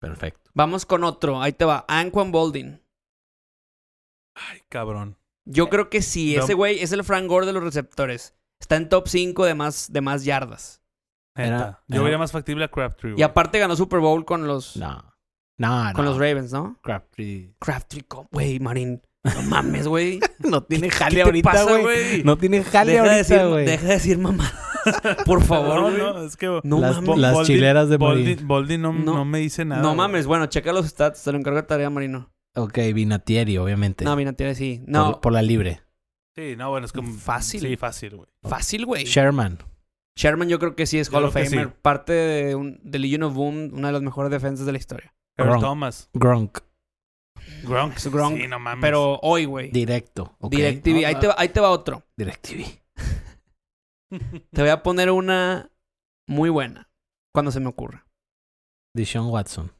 Speaker 2: Perfecto.
Speaker 3: Vamos con otro. Ahí te va. Anquan Boldin.
Speaker 1: ay, cabrón.
Speaker 3: Yo creo que sí.
Speaker 1: No.
Speaker 3: Ese güey es el Frank Gore de los receptores. Está en top 5 de más, de más yardas.
Speaker 1: Neta.
Speaker 2: Era-
Speaker 1: Yo
Speaker 2: era-
Speaker 1: vería más factible a Crabtree.
Speaker 3: Y
Speaker 1: güey.
Speaker 3: aparte ganó Super Bowl con los,
Speaker 2: No. No,
Speaker 3: con
Speaker 2: no.
Speaker 3: los Ravens, ¿no?
Speaker 2: Crabtree.
Speaker 3: Crabtree, ¿cómo? güey, Marín. No mames, güey.
Speaker 2: No tiene
Speaker 3: ¿Qué
Speaker 2: jale
Speaker 3: te
Speaker 2: ahorita,
Speaker 3: pasa,
Speaker 2: güey.
Speaker 3: güey?
Speaker 2: No tiene jale
Speaker 3: deja, de decir,
Speaker 2: ahorita, güey.
Speaker 3: deja de decir mamá. Por favor,
Speaker 1: No,
Speaker 3: güey.
Speaker 1: no, es que
Speaker 3: No
Speaker 2: las,
Speaker 3: mames.
Speaker 2: las
Speaker 1: Boldi-
Speaker 2: chileras de Bolívar.
Speaker 1: Boldi, Boldi no,
Speaker 3: No.
Speaker 1: no me dice nada.
Speaker 3: no
Speaker 1: güey.
Speaker 3: mames. Bueno, checa los stats. Te lo encargo de tarea, Marino.
Speaker 2: Ok, Vinatieri, obviamente.
Speaker 3: No, mira, tiene sí.
Speaker 2: Por-
Speaker 3: No,
Speaker 2: por, la libre.
Speaker 1: Sí, no, bueno, es como.
Speaker 3: Fácil.
Speaker 1: Sí, fácil, güey.
Speaker 3: Fácil, güey.
Speaker 2: Sherman.
Speaker 3: Sherman yo creo que sí es
Speaker 1: Yo
Speaker 3: Hall of
Speaker 1: creo que
Speaker 3: Famer.
Speaker 1: sí.
Speaker 3: Parte de, un, de Legion of Boom, una de las mejores defensas de la historia.
Speaker 1: Earl
Speaker 2: Gronk.
Speaker 1: Thomas.
Speaker 2: Gronk.
Speaker 1: Gronk.
Speaker 3: Es Gronk,
Speaker 1: Sí, no mames.
Speaker 3: Pero hoy, güey.
Speaker 2: Directo. ok.
Speaker 3: DirecTV. Ahí te, va, ahí te va otro.
Speaker 2: DirecTV.
Speaker 3: Te voy a poner una muy buena. Cuando se me ocurra.
Speaker 2: Deshaun Watson.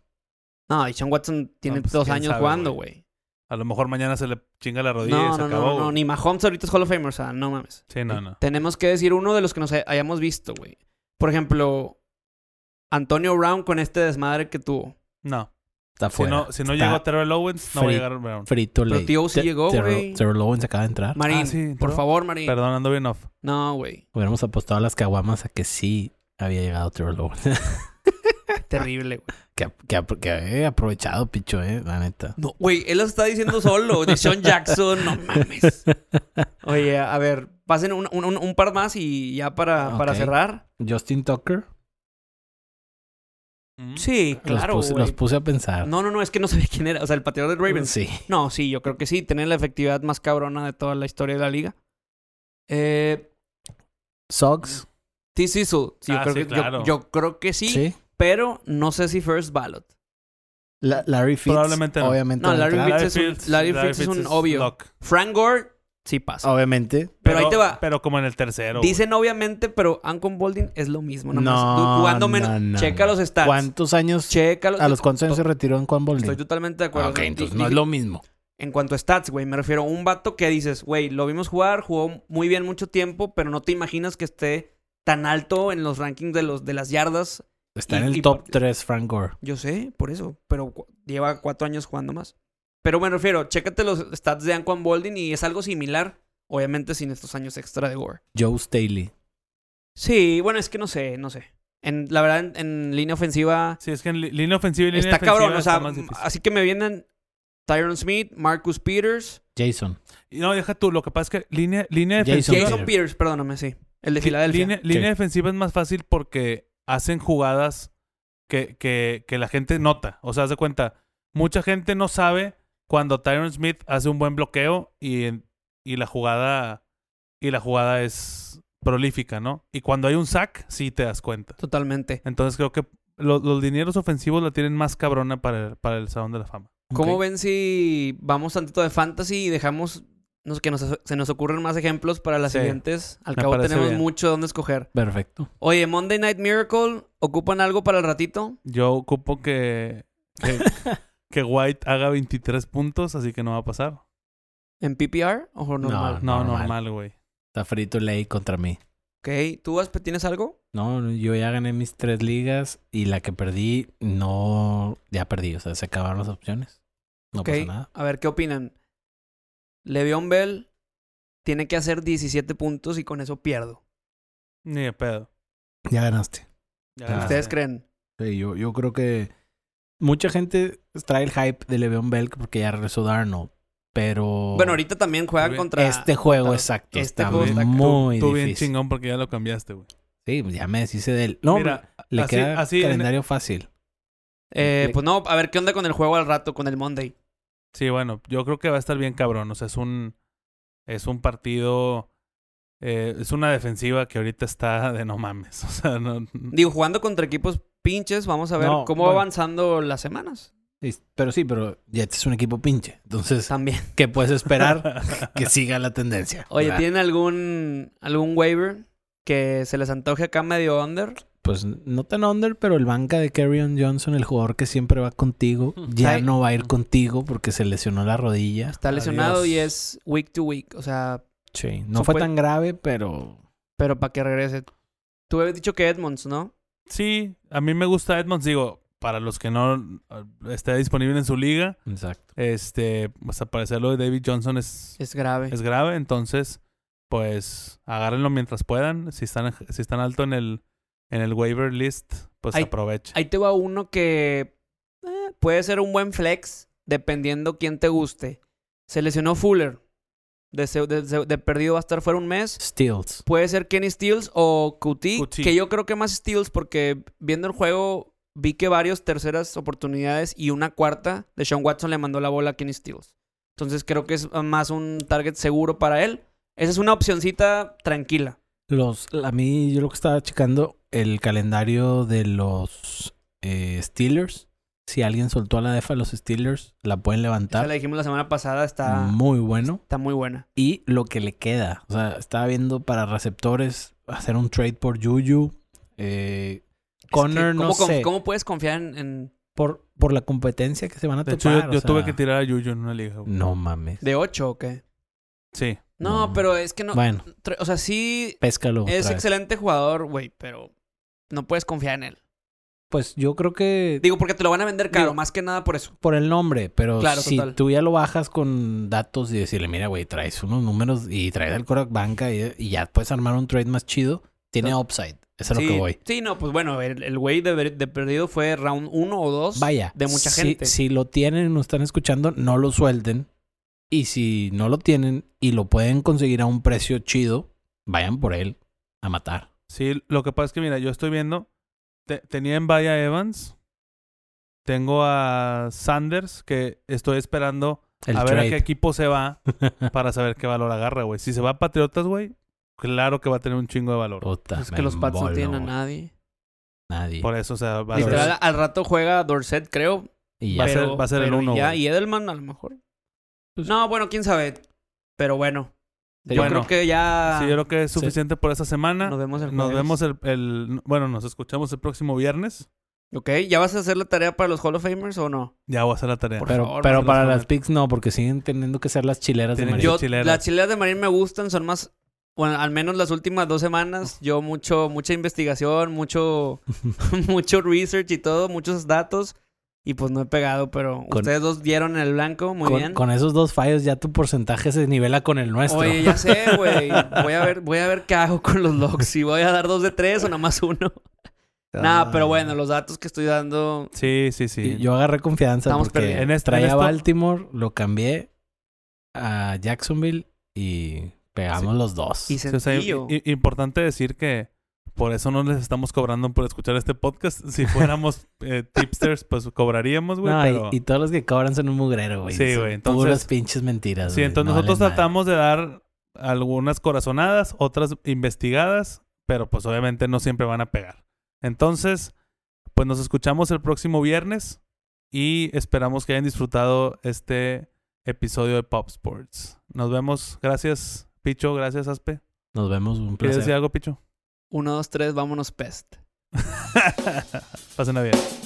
Speaker 3: No, y Sean Watson tiene
Speaker 1: pues,
Speaker 3: dos
Speaker 1: quién
Speaker 3: años
Speaker 1: sabe,
Speaker 3: jugando,
Speaker 1: güey.
Speaker 3: güey.
Speaker 1: A lo mejor mañana se le chinga la rodilla y
Speaker 3: No,
Speaker 1: se
Speaker 3: no, no,
Speaker 1: acabó.
Speaker 3: no, no.
Speaker 1: güey.
Speaker 3: Ni Mahomes ahorita es Hall of Famer. O sea, no mames.
Speaker 1: Sí, no, no.
Speaker 3: Tenemos que decir uno de los que nos hay- hayamos visto, güey. Por ejemplo, Antonio Brown con este desmadre que tuvo.
Speaker 1: No.
Speaker 2: Está
Speaker 1: Si
Speaker 2: fuera.
Speaker 1: no, si no
Speaker 2: Está
Speaker 1: llegó Terrell Owens, no va a
Speaker 2: free.
Speaker 1: llegar Brown.
Speaker 2: Frito
Speaker 3: Pero
Speaker 2: Lay.
Speaker 3: T.O. sí
Speaker 2: Te-
Speaker 3: llegó,
Speaker 2: Terrell-
Speaker 3: güey.
Speaker 2: Terrell Owens acaba de entrar.
Speaker 3: Marín,
Speaker 1: Ah, sí,
Speaker 3: por
Speaker 1: ¿no?
Speaker 3: favor, Marín.
Speaker 1: Perdón, ando bien off.
Speaker 3: No, güey.
Speaker 2: Hubiéramos apostado a las caguamas a que sí había llegado Terrell Owens.
Speaker 3: Terrible, güey.
Speaker 2: que que, apro- que he aprovechado, picho, eh, la neta.
Speaker 3: No, güey, él lo está diciendo solo. De Sean Jackson, no mames. Oye, a ver, pasen un, un- un- un par más y ya para, para
Speaker 2: Ok.
Speaker 3: cerrar.
Speaker 2: Justin Tucker.
Speaker 1: Mm.
Speaker 3: Sí, claro,
Speaker 2: los, puse,
Speaker 3: güey.
Speaker 2: los puse a pensar.
Speaker 3: No, no, no, es que no sabía quién era. O sea, el pateador de Ravens.
Speaker 2: Sí.
Speaker 3: No, sí, yo creo que sí. Tener la efectividad más cabrona de toda la historia de la liga. Eh,
Speaker 2: Sox.
Speaker 3: T. Cecil. Sí, yo,
Speaker 1: Ah,
Speaker 3: creo
Speaker 1: sí,
Speaker 3: que, yo-
Speaker 1: claro.
Speaker 3: yo creo que sí,
Speaker 2: Sí.
Speaker 3: pero no sé si first ballot.
Speaker 2: La- Larry Fitz.
Speaker 1: Probablemente no.
Speaker 2: Obviamente.
Speaker 3: No,
Speaker 2: va a
Speaker 3: Larry
Speaker 2: entrar.
Speaker 3: Fitz- es un- Larry Fitz es un obvio.
Speaker 1: lock.
Speaker 3: Frank Gore, sí pasa.
Speaker 2: Obviamente.
Speaker 3: Pero ahí te va.
Speaker 1: Pero como en el tercero. güey.
Speaker 3: Dicen obviamente, pero Ancon Boldin es lo mismo. Nomás.
Speaker 2: No,
Speaker 3: Tú jugando
Speaker 2: no,
Speaker 3: menos.
Speaker 2: no,
Speaker 3: Checa
Speaker 2: no.
Speaker 3: los stats.
Speaker 2: ¿Cuántos años?
Speaker 3: Checa los
Speaker 2: ¿A los cuántos años se retiró en Juan Boldin?
Speaker 3: Estoy totalmente de acuerdo.
Speaker 2: Ah, ok,
Speaker 3: Di-
Speaker 2: entonces
Speaker 3: di-
Speaker 2: no es lo mismo.
Speaker 3: En cuanto a stats, güey, me refiero a un vato que dices, güey, lo vimos jugar, jugó muy bien mucho tiempo, pero no te imaginas que esté tan alto en los rankings de, los, de las yardas.
Speaker 2: Está
Speaker 3: Y-
Speaker 2: en
Speaker 3: y-
Speaker 2: el top 3 Frank Gore.
Speaker 3: Yo sé, por eso, pero cu- lleva cuatro años jugando más. Pero me refiero, chécate los stats de Anquan Boldin y es algo similar, obviamente sin estos años extra de Gore.
Speaker 2: Joe Staley.
Speaker 3: Sí, bueno, es que no sé, no sé. En, la verdad, en, en línea ofensiva
Speaker 1: Sí, es que en li- línea ofensiva y línea
Speaker 3: está
Speaker 1: defensiva
Speaker 3: cabrón, o sea,
Speaker 1: está más difícil.
Speaker 3: así que me vienen Tyron Smith, Marcus Peters,
Speaker 2: Jason.
Speaker 1: Y No, deja tú. Lo que pasa es que línea, línea
Speaker 2: Jason
Speaker 1: defensiva...
Speaker 3: Jason Peters, perdóname, sí, el de
Speaker 1: Li-
Speaker 3: Filadelfia.
Speaker 1: Línea, línea defensiva es más fácil porque hacen jugadas que, que, que la gente nota. O sea, haz de cuenta, mucha gente no sabe cuando Tyron Smith hace un buen bloqueo y, en- y la jugada y la jugada es prolífica, ¿no? Y cuando hay un sack, sí te das cuenta.
Speaker 3: Totalmente.
Speaker 1: Entonces creo que lo- los dineros ofensivos la tienen más cabrona para el, para el Salón de la Fama.
Speaker 3: ¿Cómo
Speaker 2: Ok.
Speaker 3: ven si vamos tantito de fantasy y dejamos nos- que nos- se nos ocurren más ejemplos para las
Speaker 1: Sí.
Speaker 3: siguientes? Al
Speaker 1: Me
Speaker 3: cabo
Speaker 1: parece
Speaker 3: tenemos
Speaker 1: bien.
Speaker 3: mucho donde escoger.
Speaker 2: Perfecto.
Speaker 3: Oye, Monday Night Miracle, ¿ocupan algo para el ratito?
Speaker 1: Yo ocupo que, que, que White haga 23 puntos, así que no va a pasar.
Speaker 3: ¿En PPR o normal?
Speaker 1: No,
Speaker 2: Normal.
Speaker 1: normal, güey.
Speaker 2: Está frito Ley contra mí.
Speaker 3: Ok, ¿tú, Aspe, tienes algo?
Speaker 2: No, no, yo ya gané mis tres ligas y la que perdí, no. Ya perdí. O sea, se acabaron las opciones. No
Speaker 3: Ok,
Speaker 2: pasa nada.
Speaker 3: a ver, ¿qué opinan? Le'Veon Bell tiene que hacer 17 puntos y con eso pierdo.
Speaker 1: Ni de pedo.
Speaker 2: Ya ganaste.
Speaker 1: Ya
Speaker 2: Ah,
Speaker 1: ganaste.
Speaker 3: ¿Ustedes creen?
Speaker 2: Sí, yo, yo creo que mucha gente trae el hype de Le'Veon Bell porque ya regresó Darnold, pero
Speaker 3: Bueno, ahorita también juegan
Speaker 1: Muy bien.
Speaker 3: contra...
Speaker 2: Oh. este juego
Speaker 3: contra-
Speaker 2: exacto
Speaker 3: este
Speaker 2: está
Speaker 3: juego está-
Speaker 2: muy
Speaker 1: tú, tú bien
Speaker 2: difícil.
Speaker 1: chingón porque ya lo cambiaste, güey.
Speaker 2: sí, pues ya me deshice de él. No,
Speaker 1: Mira,
Speaker 2: le
Speaker 1: así-
Speaker 2: queda
Speaker 1: así en-
Speaker 2: calendario fácil.
Speaker 3: Eh,
Speaker 2: Le-
Speaker 3: pues no, a ver, ¿qué onda con el juego al rato, con el Monday?
Speaker 1: Sí, bueno, yo creo que va a estar bien cabrón. O sea, es un, es un partido, eh, es una defensiva que ahorita está de no mames. O sea, no,
Speaker 3: Digo, jugando contra equipos pinches, vamos a ver
Speaker 2: No,
Speaker 3: cómo
Speaker 2: bueno.
Speaker 3: va avanzando las semanas.
Speaker 2: Sí, Pero sí, pero Jets es un equipo pinche. Entonces,
Speaker 3: También.
Speaker 2: ¿qué puedes esperar? que siga la tendencia.
Speaker 3: Oye,
Speaker 2: ¿verdad?
Speaker 3: ¿tienen algún, algún waiver que se les antoje acá medio under?
Speaker 2: Pues no tan under, pero el banca de Carrion Johnson, el jugador que siempre va contigo, ya
Speaker 3: Ay.
Speaker 2: no va a ir contigo porque se lesionó la rodilla.
Speaker 3: Está lesionado y
Speaker 1: Adiós.
Speaker 3: es week to week. O sea,
Speaker 2: Sí, no
Speaker 3: Supu-
Speaker 2: fue tan grave, pero
Speaker 3: pero para que regrese. Tú habías dicho que Edmonds, ¿no?
Speaker 1: sí, a mí me gusta Edmonds. Digo, para los que no eh, está disponible en su liga,
Speaker 2: exacto.
Speaker 1: este, pues al parecer lo de David Johnson es,
Speaker 3: Es grave.
Speaker 1: es grave. Entonces, pues agárrenlo mientras puedan. Si están, si están alto en el, en el waiver list, pues
Speaker 3: Ay,
Speaker 1: aprovechen.
Speaker 3: Ahí te va uno que eh, puede ser un buen flex, dependiendo quién te guste. Se lesionó Fuller. De, se- de- de- de perdido va a estar fuera un mes.
Speaker 2: Steals.
Speaker 3: Puede ser Kenny Steals o Cutie,
Speaker 1: Kuti.
Speaker 3: que yo creo que más Steals porque viendo el juego vi que varios terceras oportunidades y una cuarta de Sean Watson le mandó la bola a Kenny Steals. Entonces creo que es más un target seguro para él. Esa es una opcioncita tranquila.
Speaker 2: Los, a mí, yo lo que estaba checando, el calendario de los eh, Steelers. Si alguien soltó a la defa de los Steelers, la pueden
Speaker 3: Esa
Speaker 2: levantar.
Speaker 3: la dijimos la semana pasada, está,
Speaker 2: Muy bueno.
Speaker 3: está muy buena.
Speaker 2: Y lo que le queda. O sea, estaba viendo para receptores hacer un trade por Juju. Eh, Connor,
Speaker 3: Es que,
Speaker 2: no
Speaker 3: ¿cómo conf-
Speaker 2: sé.
Speaker 3: ¿Cómo puedes confiar en, en-
Speaker 2: Por, por la competencia que se van a
Speaker 1: De hecho,
Speaker 2: topar.
Speaker 1: yo,
Speaker 2: o
Speaker 1: yo
Speaker 2: sea, Mm.
Speaker 1: tuve que tirar a Yuyu en una liga. güey.
Speaker 2: No mames.
Speaker 3: de 8 o qué?
Speaker 1: Sí.
Speaker 3: No,
Speaker 2: No.
Speaker 3: pero es que no.
Speaker 2: Bueno,
Speaker 3: tra- O sea, sí
Speaker 2: péscalo.
Speaker 3: es
Speaker 2: otra vez.
Speaker 3: excelente jugador, güey, pero no puedes confiar en él.
Speaker 2: Pues yo creo que
Speaker 3: Digo, porque te lo van a vender caro,
Speaker 2: Digo-
Speaker 3: más que nada por eso.
Speaker 2: por el nombre, pero
Speaker 3: Claro,
Speaker 2: si
Speaker 3: total.
Speaker 2: tú ya lo bajas con datos y decirle, mira, güey, traes unos números y traes al Korak Banca y, y ya puedes armar un trade más chido, tiene
Speaker 3: Claro.
Speaker 2: upside. Eso es
Speaker 3: sí,
Speaker 2: lo que voy.
Speaker 3: Sí, no, pues bueno, el el güey de, ver- de perdido fue round 1 o 2
Speaker 2: Vaya,
Speaker 3: de mucha
Speaker 2: si,
Speaker 3: gente.
Speaker 2: Si lo tienen y no están escuchando, no lo suelten. Y si no lo tienen y lo pueden conseguir a un precio chido, vayan por él a matar.
Speaker 1: Sí, lo que pasa es que, mira, yo estoy viendo. te- tenía en Vaya Evans. Tengo a Sanders, que estoy esperando
Speaker 2: El
Speaker 1: a ver a qué
Speaker 2: trade.
Speaker 1: equipo se va para saber qué valor agarra, güey. Si se va a Patriotas, güey, claro que va a tener un chingo de valor.
Speaker 2: Puta,
Speaker 3: Pues es
Speaker 2: me
Speaker 3: que los Pats no
Speaker 2: embolo,
Speaker 3: tienen a
Speaker 2: güey.
Speaker 3: nadie.
Speaker 2: Nadie.
Speaker 1: Por eso, o sea, va a ser,
Speaker 3: Literal, al rato juega Dorset, creo.
Speaker 2: Y
Speaker 1: va
Speaker 2: ya.
Speaker 1: a ser-
Speaker 3: pero-
Speaker 1: va a ser el
Speaker 3: pero
Speaker 1: uno,
Speaker 3: ya,
Speaker 1: güey.
Speaker 3: Y Edelman a lo mejor. no, bueno, quién sabe. Pero bueno. Yo
Speaker 1: Bueno.
Speaker 3: creo que ya
Speaker 1: sí, yo creo que es suficiente por esta semana.
Speaker 3: nos vemos el
Speaker 1: Nos
Speaker 3: jueves.
Speaker 1: vemos el, el- Bueno, nos escuchamos el próximo viernes.
Speaker 3: Ok, ¿ya vas a hacer la tarea para los Hall of Famers o no?
Speaker 1: Ya voy a hacer la tarea.
Speaker 3: Por
Speaker 2: pero
Speaker 3: favor,
Speaker 2: pero
Speaker 1: Marcelo
Speaker 2: para las
Speaker 1: Fernández.
Speaker 2: picks no, porque siguen teniendo que ser las chileras de
Speaker 1: Tienen
Speaker 2: María.
Speaker 1: que-
Speaker 3: Yo,
Speaker 1: chileras.
Speaker 3: las chileras de Marín me gustan, son más... Bueno, al menos las últimas dos semanas, yo mucho, mucha investigación, mucho, mucho research y todo, muchos datos. Y pues no he pegado, pero
Speaker 2: Con-
Speaker 3: ustedes dos dieron en el blanco, muy
Speaker 2: con,
Speaker 3: bien.
Speaker 2: con esos dos fallos ya tu porcentaje se nivela con el nuestro.
Speaker 3: Oye, ya sé, güey. Voy a ver, voy a ver qué hago con los logs. Si voy a dar dos de tres o nada más uno. Nada, pero bueno, los datos que estoy dando.
Speaker 1: Sí, sí, sí.
Speaker 2: Y Yo agarré confianza
Speaker 3: Estamos
Speaker 2: porque
Speaker 1: perdiendo. En este- en
Speaker 2: traía a
Speaker 1: esto-
Speaker 2: Baltimore, lo cambié a Jacksonville y pegamos los dos.
Speaker 3: Y
Speaker 1: Sí, o sea, i-
Speaker 3: sencillo.
Speaker 1: i- importante decir que por eso no les estamos cobrando por escuchar este podcast. Si fuéramos eh, tipsters, pues cobraríamos, güey.
Speaker 2: No, y-
Speaker 1: pero-
Speaker 2: y, todos los que cobran son un mugrero, güey.
Speaker 1: Sí,
Speaker 2: Son
Speaker 1: güey, entonces-
Speaker 2: Puras pinches mentiras.
Speaker 1: Sí,
Speaker 2: güey,
Speaker 1: entonces
Speaker 2: no
Speaker 1: nosotros
Speaker 2: valen madre.
Speaker 1: tratamos de dar algunas corazonadas, otras investigadas, pero pues obviamente no siempre van a pegar. Entonces, pues nos escuchamos el próximo viernes y esperamos que hayan disfrutado este episodio de Pop Sports. Nos vemos. Gracias, Picho. Gracias, Aspe.
Speaker 2: Nos vemos, un
Speaker 1: ¿Quieres
Speaker 2: placer.
Speaker 1: decir algo, Picho?
Speaker 3: Uno, dos, tres, vámonos, pest.
Speaker 1: Pasen a bien.